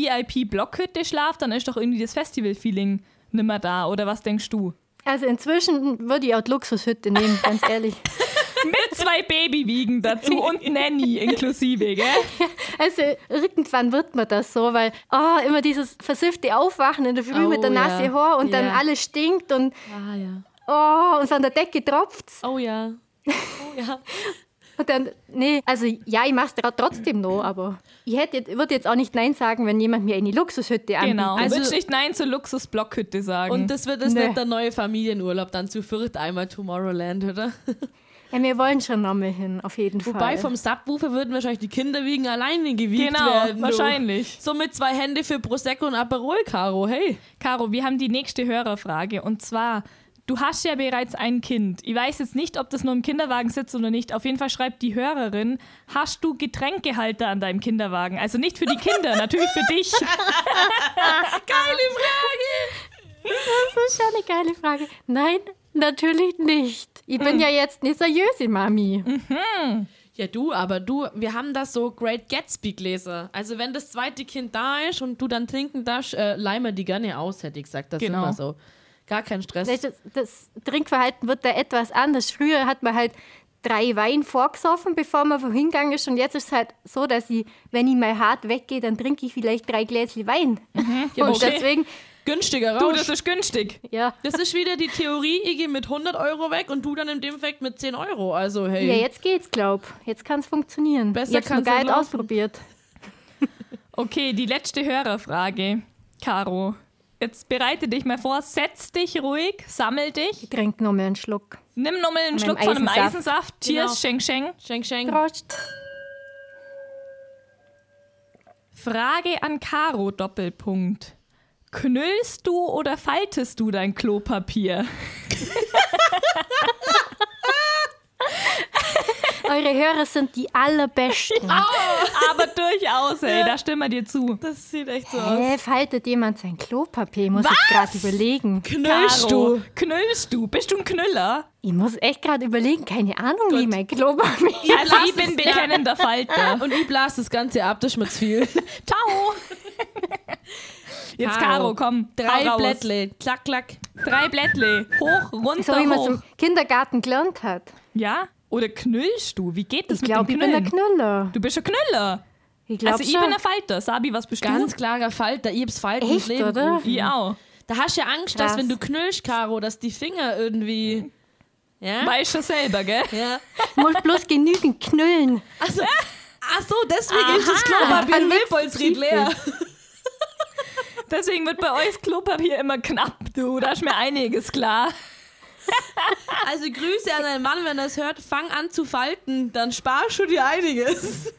[SPEAKER 4] Luxus-VIP-Blockhütte schlaft, dann ist doch irgendwie das Festival-Feeling nimmer da. Oder was denkst du?
[SPEAKER 5] Also inzwischen würde ich auch die Luxushütte nehmen, ganz ehrlich.
[SPEAKER 4] Mit zwei Babywiegen dazu und Nanny inklusive, gell?
[SPEAKER 5] Also irgendwann wird man das so, weil ah, immer dieses versiffte Aufwachen in der Früh
[SPEAKER 3] Oh,
[SPEAKER 5] mit der Nase
[SPEAKER 3] ja.
[SPEAKER 5] Haar und dann
[SPEAKER 3] Ja.
[SPEAKER 5] alles stinkt und,
[SPEAKER 3] Ah ja.
[SPEAKER 5] oh, und von der Decke tropft's.
[SPEAKER 3] Oh ja. Oh ja.
[SPEAKER 5] Und dann, nee, also ja, ich mach's tra- trotzdem noch, aber ich hätte, jetzt- würde jetzt auch nicht Nein sagen, wenn jemand mir eine Luxushütte anbietet.
[SPEAKER 4] Genau.
[SPEAKER 3] Also-
[SPEAKER 4] Also, Würdest nicht Nein zur Luxus-Blockhütte sagen?
[SPEAKER 3] Und das wird jetzt
[SPEAKER 5] Nee.
[SPEAKER 3] nicht der neue Familienurlaub, dann zu viert einmal Tomorrowland, oder?
[SPEAKER 5] Ja, wir wollen schon nochmal hin, auf jeden
[SPEAKER 3] Wobei
[SPEAKER 5] Fall.
[SPEAKER 3] vom Subwoofer würden wahrscheinlich die Kinder wegen alleine gewiegt
[SPEAKER 4] genau,
[SPEAKER 3] werden. du.
[SPEAKER 4] wahrscheinlich.
[SPEAKER 3] So mit zwei Hände für Prosecco und Aperol, Caro, hey.
[SPEAKER 4] Caro, wir haben die nächste Hörerfrage. Und zwar, du hast ja bereits ein Kind. Ich weiß jetzt nicht, ob das nur im Kinderwagen sitzt oder nicht. Auf jeden Fall schreibt die Hörerin, hast du Getränkehalter an deinem Kinderwagen? Also nicht für die Kinder, natürlich für dich.
[SPEAKER 5] das ist schon eine geile Frage. Nein, natürlich nicht. Ich
[SPEAKER 3] Mm.
[SPEAKER 5] bin ja jetzt eine seriöse Mami.
[SPEAKER 3] Ja, du, aber du, wir haben das so Great Gatsby-Gläser. Also, wenn das zweite Kind da ist und du dann trinken darfst, äh, leimer die gerne aus, hätte ich gesagt. Das
[SPEAKER 4] Genau.
[SPEAKER 3] ist immer so. Gar kein Stress.
[SPEAKER 5] Vielleicht Das, das Trinkverhalten wird da etwas anders. Früher hat man halt drei Wein vorgesoffen, bevor man wohin gegangen ist. Und jetzt ist es halt so, dass ich, wenn ich mal hart weggehe, dann trinke ich vielleicht drei Gläschen Wein.
[SPEAKER 3] Mhm. Ja,
[SPEAKER 5] und
[SPEAKER 3] okay.
[SPEAKER 5] deswegen,
[SPEAKER 3] Günstiger
[SPEAKER 4] Du,
[SPEAKER 3] Rausch.
[SPEAKER 4] Oh, das ist günstig.
[SPEAKER 5] ja.
[SPEAKER 3] das ist wieder die Theorie, ich gehe mit 100 Euro weg und du dann in dem Effekt mit 10 Euro. Also, hey.
[SPEAKER 5] Ja, jetzt geht's, glaub. Jetzt kann's funktionieren.
[SPEAKER 3] Besser
[SPEAKER 5] ich hab's noch
[SPEAKER 3] kann's
[SPEAKER 5] gar
[SPEAKER 3] nicht
[SPEAKER 5] nicht
[SPEAKER 3] laufen.
[SPEAKER 5] ausprobiert.
[SPEAKER 4] Okay, die letzte Hörerfrage. Caro, jetzt bereite dich mal vor, setz dich ruhig, sammel dich,
[SPEAKER 5] Trink nur mal einen Schluck.
[SPEAKER 4] nimm nochmal einen
[SPEAKER 5] Von
[SPEAKER 4] Schluck
[SPEAKER 5] einem
[SPEAKER 4] von einem
[SPEAKER 5] Eisensaft.
[SPEAKER 4] Eisensaft. Cheers, Sheng Sheng.
[SPEAKER 3] Schenk, schenk.
[SPEAKER 5] Prost.
[SPEAKER 4] Frage an Caro, Doppelpunkt. Knüllst du oder faltest du dein Klopapier?
[SPEAKER 5] Eure Hörer sind die allerbesten.
[SPEAKER 4] Aber durchaus, ey, da stimmen wir dir zu.
[SPEAKER 3] Oh. Das sieht echt so aus.
[SPEAKER 5] Hä, faltet jemand sein Klopapier? Ich muss ich gerade überlegen.
[SPEAKER 3] Knüllst
[SPEAKER 4] Caro,
[SPEAKER 3] du?
[SPEAKER 4] Knüllst du? Bist du ein Knüller?
[SPEAKER 5] Ich muss echt gerade überlegen. Keine Ahnung, wie mein Klopapier
[SPEAKER 4] Also
[SPEAKER 3] lass
[SPEAKER 4] ich bin
[SPEAKER 3] es, ja.
[SPEAKER 4] bekennender Falter.
[SPEAKER 3] Und ich blase das Ganze ab, das schmeckt's viel.
[SPEAKER 4] Ciao. Jetzt Caro, komm.
[SPEAKER 3] Drei
[SPEAKER 4] hau raus.
[SPEAKER 3] Blättle. Klack, klack.
[SPEAKER 4] Drei Blättle. Hoch,
[SPEAKER 5] So
[SPEAKER 4] runter,
[SPEAKER 5] wie man es
[SPEAKER 4] hoch.
[SPEAKER 5] im Kindergarten gelernt hat.
[SPEAKER 4] Ja? Oder knüllst du? Wie geht das
[SPEAKER 5] Ich
[SPEAKER 4] mit
[SPEAKER 5] glaube,
[SPEAKER 4] dem
[SPEAKER 5] ich
[SPEAKER 4] Knüllen?
[SPEAKER 5] bin ein Knüller.
[SPEAKER 4] du bist ein Knüller.
[SPEAKER 5] Ich glaube
[SPEAKER 4] Also ich bin
[SPEAKER 5] schon.
[SPEAKER 4] ein Falter. Sabi, was bist
[SPEAKER 3] Ganz klarer Falter. Ich hab's Falten ins
[SPEAKER 5] Echt,
[SPEAKER 3] Leben
[SPEAKER 5] oder?
[SPEAKER 3] gerufen.
[SPEAKER 4] du? Ich auch.
[SPEAKER 3] Da hast du ja Angst, dass
[SPEAKER 5] Krass.
[SPEAKER 3] wenn du knüllst, Caro, dass die Finger irgendwie. Ja?
[SPEAKER 4] Weißt schon selber, gell?
[SPEAKER 3] ja.
[SPEAKER 5] Ich muss bloß genügend knüllen.
[SPEAKER 3] Also, ach so, deswegen ist das Klopapier in
[SPEAKER 5] An
[SPEAKER 3] Wilpolsried leer.
[SPEAKER 4] Deswegen wird bei euch das Klopapier immer knapp, du. Da ist mir einiges klar.
[SPEAKER 3] Also Grüße an deinen Mann, wenn er es hört. Fang an zu falten, dann sparst du dir einiges.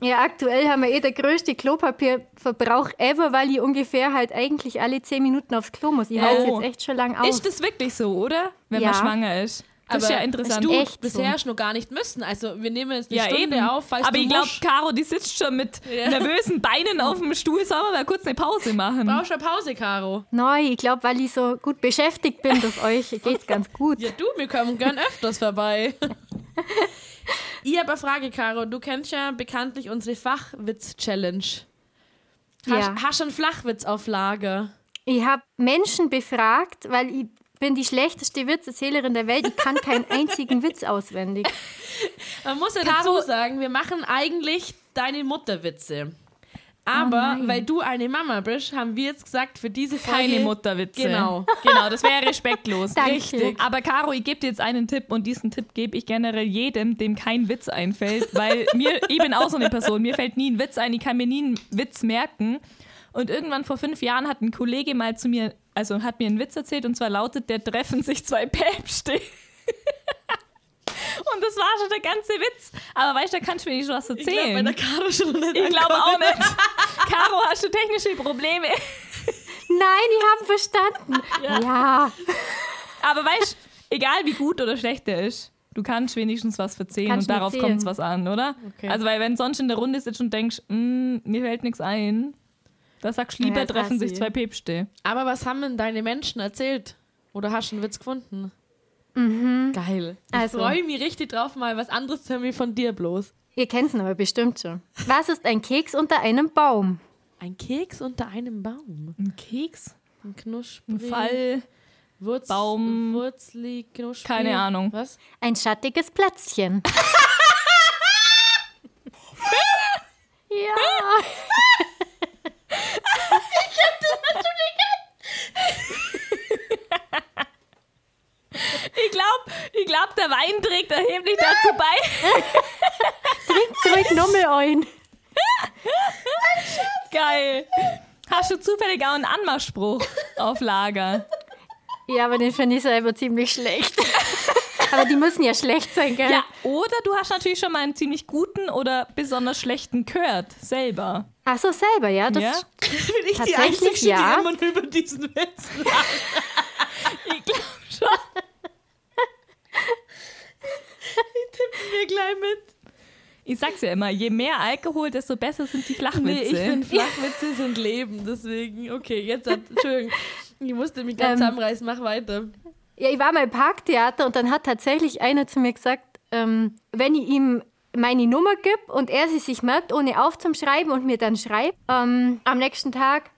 [SPEAKER 5] Ja, aktuell haben wir eh der größte Klopapierverbrauch ever, weil ich ungefähr halt eigentlich alle 10 Minuten aufs Klo muss. Ich halte
[SPEAKER 4] Oh.
[SPEAKER 5] jetzt echt schon lang aus.
[SPEAKER 4] Ist das wirklich so, oder? Wenn
[SPEAKER 5] Ja.
[SPEAKER 4] man schwanger ist. Das ist ja interessant.
[SPEAKER 3] Du
[SPEAKER 5] Echt so.
[SPEAKER 3] bisher schon gar nicht müssen. Also wir nehmen jetzt eine
[SPEAKER 4] ja,
[SPEAKER 3] Stunde
[SPEAKER 4] eben.
[SPEAKER 3] auf, falls
[SPEAKER 4] Aber
[SPEAKER 3] du
[SPEAKER 4] ich glaube,
[SPEAKER 3] musst.
[SPEAKER 4] Caro, die sitzt schon mit
[SPEAKER 3] Ja.
[SPEAKER 4] nervösen Beinen auf dem Stuhl. Sollen wir mal kurz eine Pause machen?
[SPEAKER 3] brauchst eine Pause, Caro.
[SPEAKER 5] Neu, ich glaube, weil ich so gut beschäftigt bin durch euch, geht's ganz gut.
[SPEAKER 3] Ja, du, wir kommen gern öfters vorbei. ich habe eine Frage, Caro. Du kennst ja bekanntlich unsere Fachwitz-Challenge. Hast,
[SPEAKER 5] Ja.
[SPEAKER 3] hast du einen Flachwitz auf Lager?
[SPEAKER 5] Ich habe Menschen befragt, weil ich bin die schlechteste Witzerzählerin der Welt. Ich kann keinen einzigen Witz auswendig.
[SPEAKER 3] Man muss ja
[SPEAKER 5] Caro-
[SPEAKER 3] dazu sagen, wir machen eigentlich deine Mutterwitze.
[SPEAKER 4] Oh
[SPEAKER 3] Aber weil du eine Mama bist, haben wir jetzt gesagt, für diese Folge...
[SPEAKER 4] Keine Mutterwitze.
[SPEAKER 3] Genau.
[SPEAKER 4] Genau, das wäre respektlos.
[SPEAKER 5] Danke.
[SPEAKER 4] Richtig. Aber Caro, ich gebe dir jetzt einen Tipp und diesen Tipp gebe ich generell jedem, dem kein Witz einfällt, weil mir, ich bin auch so eine Person, mir fällt nie ein Witz ein, ich kann mir nie einen Witz merken. Und irgendwann vor fünf Jahren hat ein Kollege mal zu mir, also hat mir einen Witz erzählt und zwar lautet, der treffen sich zwei Päpste. und das war schon der ganze Witz. Aber weißt du, da kannst du mir nicht was
[SPEAKER 3] Ich glaube, bei
[SPEAKER 4] erzählen.
[SPEAKER 3] der Caro schon nicht
[SPEAKER 4] Ich glaube
[SPEAKER 3] ankommen.
[SPEAKER 4] auch nicht. Caro, hast du technische Probleme?
[SPEAKER 5] Nein, die haben verstanden. Ja.
[SPEAKER 4] Aber weißt egal wie gut oder schlecht der ist, du kannst wenigstens was verzählen
[SPEAKER 5] Kannst
[SPEAKER 4] und darauf
[SPEAKER 5] erzählen.
[SPEAKER 4] kommt es was an, oder?
[SPEAKER 3] Okay.
[SPEAKER 4] Also, weil wenn sonst in der Runde sitzt und denkst, "Mm, mir fällt nichts ein, da sagst du lieber,
[SPEAKER 5] Ja, das
[SPEAKER 4] treffen
[SPEAKER 5] hast
[SPEAKER 4] sich
[SPEAKER 5] du.
[SPEAKER 4] zwei Päpste.
[SPEAKER 3] Aber was haben denn deine Menschen erzählt? Oder hast du einen Witz gefunden? Mhm. Geil. Ich
[SPEAKER 5] Also.
[SPEAKER 3] freue mich richtig drauf, mal was anderes zu hören wie von dir bloß.
[SPEAKER 5] Ihr kennt's aber bestimmt schon. Was ist ein Keks unter einem Baum?
[SPEAKER 3] Ein Keks unter einem Baum.
[SPEAKER 4] Ein Keks?
[SPEAKER 3] Ein
[SPEAKER 4] Ein
[SPEAKER 3] Knusprig.
[SPEAKER 4] Fall?
[SPEAKER 3] Wurz,
[SPEAKER 4] Baum.
[SPEAKER 3] Wurzli, Knusprig.
[SPEAKER 4] Keine Ahnung.
[SPEAKER 3] Was?
[SPEAKER 5] Ein schattiges Plätzchen. ja.
[SPEAKER 4] Ich glaube, ich glaub, der Wein trägt erheblich dazu bei.
[SPEAKER 5] Zurück Nummel ein.
[SPEAKER 4] Geil. Hast du zufällig auch einen Anmachspruch auf Lager?
[SPEAKER 5] Ja, aber den finde ich selber ziemlich schlecht. aber die müssen ja schlecht sein, gell?
[SPEAKER 4] Ja, Äh, oder du hast natürlich schon mal einen ziemlich guten oder besonders schlechten gehört, selber.
[SPEAKER 5] Ach so, selber, ja. Das
[SPEAKER 4] Ja?
[SPEAKER 3] Bin ich die
[SPEAKER 5] Tatsächlich,
[SPEAKER 3] Einzige,
[SPEAKER 5] ja.
[SPEAKER 3] die immer nur über diesen Witz
[SPEAKER 4] Ich glaube schon.
[SPEAKER 3] mir gleich mit.
[SPEAKER 4] Ich sag's ja immer, je mehr Alkohol, desto besser sind die Flachwitze.
[SPEAKER 3] Nee, ich finde Flachwitze sind Leben, deswegen. Okay, jetzt hat. Entschuldigung. Ich musste mich ganz
[SPEAKER 5] Ähm.
[SPEAKER 3] zusammenreißen, mach weiter.
[SPEAKER 5] Ja, ich war mal im Parktheater und dann hat tatsächlich einer zu mir gesagt, ähm, wenn ich ihm meine Nummer gebe und er sie sich merkt, ohne aufzuschreiben und mir dann schreibt, ähm, am nächsten Tag,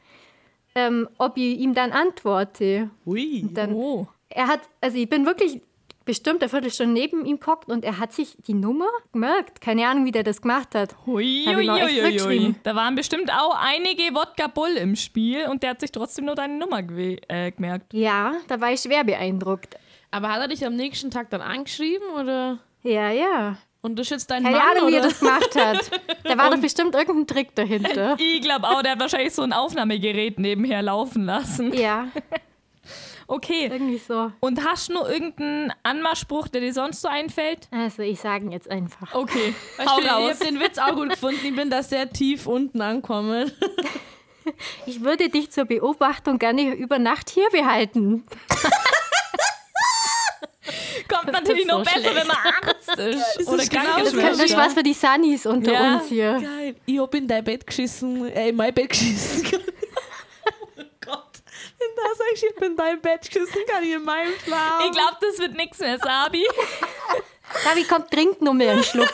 [SPEAKER 5] ähm, ob ich ihm dann antworte.
[SPEAKER 3] Ui.
[SPEAKER 5] Dann,
[SPEAKER 4] oh.
[SPEAKER 5] Er hat, also ich bin wirklich bestimmt eine Viertelstunde neben ihm gehockt und er hat sich die Nummer gemerkt. Keine Ahnung, wie der das gemacht hat.
[SPEAKER 4] Hui,
[SPEAKER 5] Hab ich noch echt zurückgeschrieben.
[SPEAKER 4] Da waren bestimmt auch einige Wodka Bull im Spiel und der hat sich trotzdem nur deine Nummer gewe- äh, gemerkt.
[SPEAKER 5] Ja, da war ich schwer beeindruckt.
[SPEAKER 3] Aber hat er dich am nächsten Tag dann angeschrieben oder?
[SPEAKER 5] Ja, ja.
[SPEAKER 3] Und das ist jetzt dein
[SPEAKER 5] Keine
[SPEAKER 3] Mann,
[SPEAKER 5] Ahnung,
[SPEAKER 3] oder?
[SPEAKER 5] wie er das gemacht hat. Da war doch bestimmt irgendein Trick dahinter.
[SPEAKER 4] Ich glaube auch, der hat wahrscheinlich so ein Aufnahmegerät nebenher laufen lassen.
[SPEAKER 5] Ja,
[SPEAKER 4] Okay.
[SPEAKER 5] irgendwie so.
[SPEAKER 4] Und hast du noch irgendeinen Anmachspruch, der dir sonst so einfällt?
[SPEAKER 5] Also, ich sage ihn jetzt einfach.
[SPEAKER 4] Okay,
[SPEAKER 3] Weißt du, Ich habe den Witz auch gut gefunden. Ich bin da sehr tief unten angekommen.
[SPEAKER 5] Ich würde dich zur Beobachtung gerne über Nacht hier behalten.
[SPEAKER 4] Kommt natürlich
[SPEAKER 5] so
[SPEAKER 4] noch besser, wenn man Arzt ist. Oder
[SPEAKER 3] ist genau
[SPEAKER 5] Das
[SPEAKER 3] Schwester.
[SPEAKER 5] könnte
[SPEAKER 4] Krankenschwester.
[SPEAKER 5] das was für die Sunnies unter
[SPEAKER 4] Ja.
[SPEAKER 5] uns hier.
[SPEAKER 3] Geil. Ich hab in dein Bett geschissen. Äh, in mein Bett geschissen. oh Gott. Wenn da sagst, ich hab in dein Bett geschissen, kann ich in meinem schlafen.
[SPEAKER 4] Ich glaube, das wird nichts mehr, Sabi.
[SPEAKER 5] Gabi, komm, trink nur mal einen Schluck.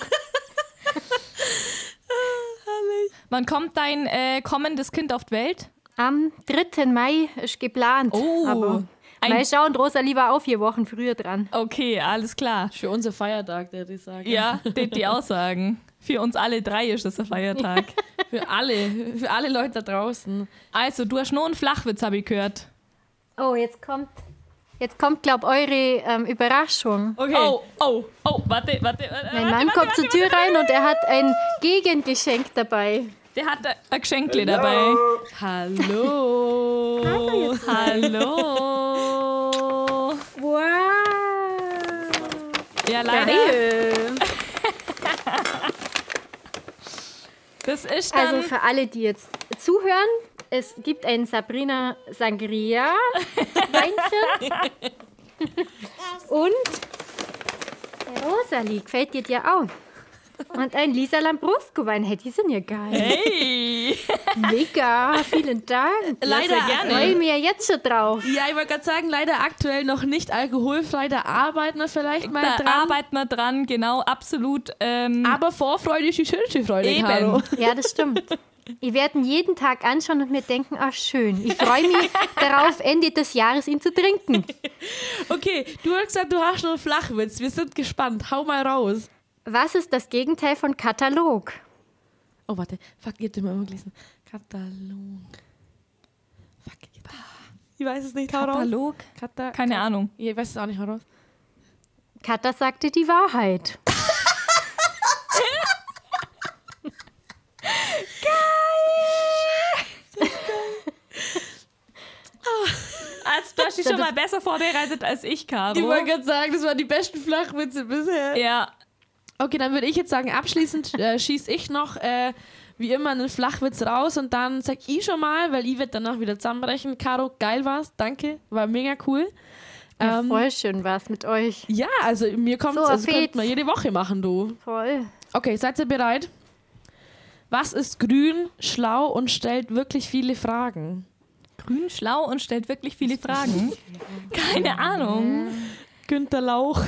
[SPEAKER 4] Wann kommt dein äh, kommendes Kind auf die Welt?
[SPEAKER 5] Am 3. Mai ist geplant.
[SPEAKER 4] Oh,
[SPEAKER 5] aber
[SPEAKER 4] ein-
[SPEAKER 5] mal schauen, Rosalie war auch vier Wochen früher dran.
[SPEAKER 4] Okay, alles klar.
[SPEAKER 3] Für unser Feiertag, der ich sagen.
[SPEAKER 4] Ja, die, die Aussagen. Für uns alle drei ist das ein Feiertag.
[SPEAKER 3] Für alle. Für alle Leute da draußen.
[SPEAKER 4] Also, du hast nur einen Flachwitz, habe ich gehört.
[SPEAKER 5] Oh, jetzt kommt, jetzt kommt, glaub eure ähm, Überraschung.
[SPEAKER 4] Okay. Oh, oh, oh, warte, warte. warte
[SPEAKER 5] Mein
[SPEAKER 4] warte,
[SPEAKER 5] Mann
[SPEAKER 4] warte,
[SPEAKER 5] kommt zur Tür rein und er hat ein Gegengeschenk dabei.
[SPEAKER 4] Der hat ein- ein Geschenkle dabei. Hallo. Hallo. Hallo.
[SPEAKER 5] Wow.
[SPEAKER 4] Ja, leider. Das ist dann.
[SPEAKER 5] Also für alle, die jetzt zuhören, es gibt ein Sabrina Sangria Weinchen. Und Rosalie, gefällt dir dir auch? Und ein Lisa Lambrusco Wein. Hey, die sind ja geil.
[SPEAKER 4] hey.
[SPEAKER 5] Mega, vielen Dank.
[SPEAKER 3] Leider
[SPEAKER 4] sehr gerne.
[SPEAKER 5] Freue mich ja jetzt schon drauf.
[SPEAKER 3] Ja, ich wollte gerade sagen, leider aktuell noch nicht alkoholfrei. Da arbeiten wir vielleicht mal
[SPEAKER 4] Da
[SPEAKER 3] dran.
[SPEAKER 4] arbeiten wir dran, genau, absolut. Ähm,
[SPEAKER 3] aber Vorfreude ist die schönste Freude,
[SPEAKER 4] Eben.
[SPEAKER 3] Caro.
[SPEAKER 5] Ja, das stimmt. Ich werde ihn jeden Tag anschauen und mir denken, ach schön, ich freue mich darauf, Ende des Jahres ihn zu trinken.
[SPEAKER 3] Okay, du hast gesagt, du hast noch einen Flachwitz. Wir sind gespannt. Hau mal raus.
[SPEAKER 5] Was ist das Gegenteil von Katalog?
[SPEAKER 3] Oh, warte. Fuck, ich hab den mal immer gelesen. Katalog. Fuck, ich hab- ich weiß es nicht. Hau raus.
[SPEAKER 4] Katalog?
[SPEAKER 3] Kata
[SPEAKER 4] Keine Ahnung.
[SPEAKER 3] Ja, ich weiß es auch nicht, hau raus.
[SPEAKER 5] Katha sagte die Wahrheit.
[SPEAKER 4] Also, du hast dich schon mal besser vorbereitet als ich,
[SPEAKER 3] Ich
[SPEAKER 4] Caro.
[SPEAKER 3] wollte gerade sagen, das waren die besten Flachwitze bisher.
[SPEAKER 4] Ja,
[SPEAKER 3] Okay, dann würde ich jetzt sagen, abschließend äh, schieß ich noch äh, wie immer einen Flachwitz raus und dann sag ich schon mal, weil ich werde danach wieder zusammenbrechen. Caro, geil war's, danke, war mega cool.
[SPEAKER 5] Ja,
[SPEAKER 3] Ähm,
[SPEAKER 5] voll schön war es mit euch.
[SPEAKER 3] Ja, also mir kommt
[SPEAKER 5] So,
[SPEAKER 3] es,
[SPEAKER 5] auf
[SPEAKER 3] also könnte
[SPEAKER 5] geht's.
[SPEAKER 3] man jede Woche machen, du.
[SPEAKER 5] Voll.
[SPEAKER 3] Okay, seid ihr bereit? Was ist grün, schlau und stellt wirklich viele Fragen?
[SPEAKER 4] grün, schlau und stellt wirklich viele Fragen. Keine Ahnung.
[SPEAKER 3] Günter Lauch.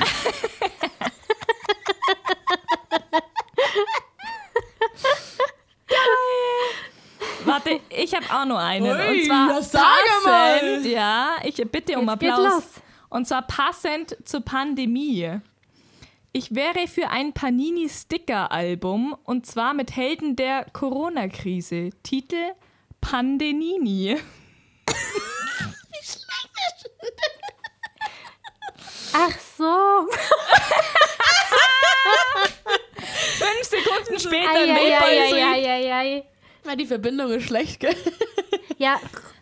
[SPEAKER 4] Warte, ich habe auch nur einen.
[SPEAKER 3] Ui,
[SPEAKER 4] und zwar
[SPEAKER 3] ja, sag mal.
[SPEAKER 4] passend, ja, ich bitte um
[SPEAKER 5] Jetzt geht's
[SPEAKER 4] Applaus.
[SPEAKER 5] los.
[SPEAKER 4] Und zwar passend zur Pandemie. Ich wäre für ein Panini-Sticker-Album und zwar mit Helden der Corona-Krise. Titel Pandenini.
[SPEAKER 5] Ach so.
[SPEAKER 4] Fünf Sekunden später wählt man so.
[SPEAKER 5] Eieieiei.
[SPEAKER 3] Weil die Verbindung ist schlecht, gell?
[SPEAKER 5] Ja,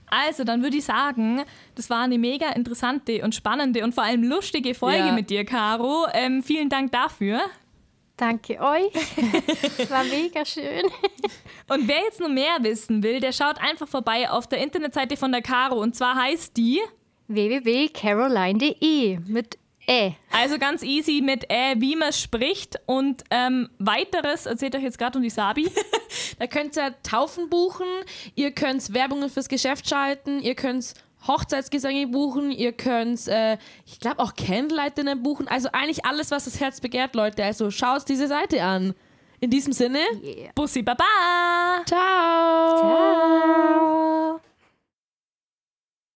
[SPEAKER 4] Also, dann würde ich sagen, das war eine mega interessante und spannende und vor allem lustige Folge
[SPEAKER 3] Ja.
[SPEAKER 4] mit dir, Caro. Ähm, vielen Dank dafür.
[SPEAKER 5] danke euch. War mega schön.
[SPEAKER 4] Und wer jetzt noch mehr wissen will, der schaut einfach vorbei auf der Internetseite von der Caro. Und zwar heißt die,
[SPEAKER 5] www.caroline.de e mit Ä.
[SPEAKER 4] also ganz easy mit äh, wie man spricht. Und ähm, weiteres erzählt euch jetzt gerade um die Sabi.
[SPEAKER 3] Da könnt ihr Taufen buchen, ihr könnt Werbungen fürs Geschäft schalten, ihr könnt Hochzeitsgesänge buchen, ihr könnt, äh, ich glaube, auch Candlelight Dinner buchen. Also eigentlich alles, was das Herz begehrt, Leute. Also schaut diese Seite an. In diesem Sinne,
[SPEAKER 4] Bussi Baba!
[SPEAKER 3] ciao.
[SPEAKER 5] Ciao.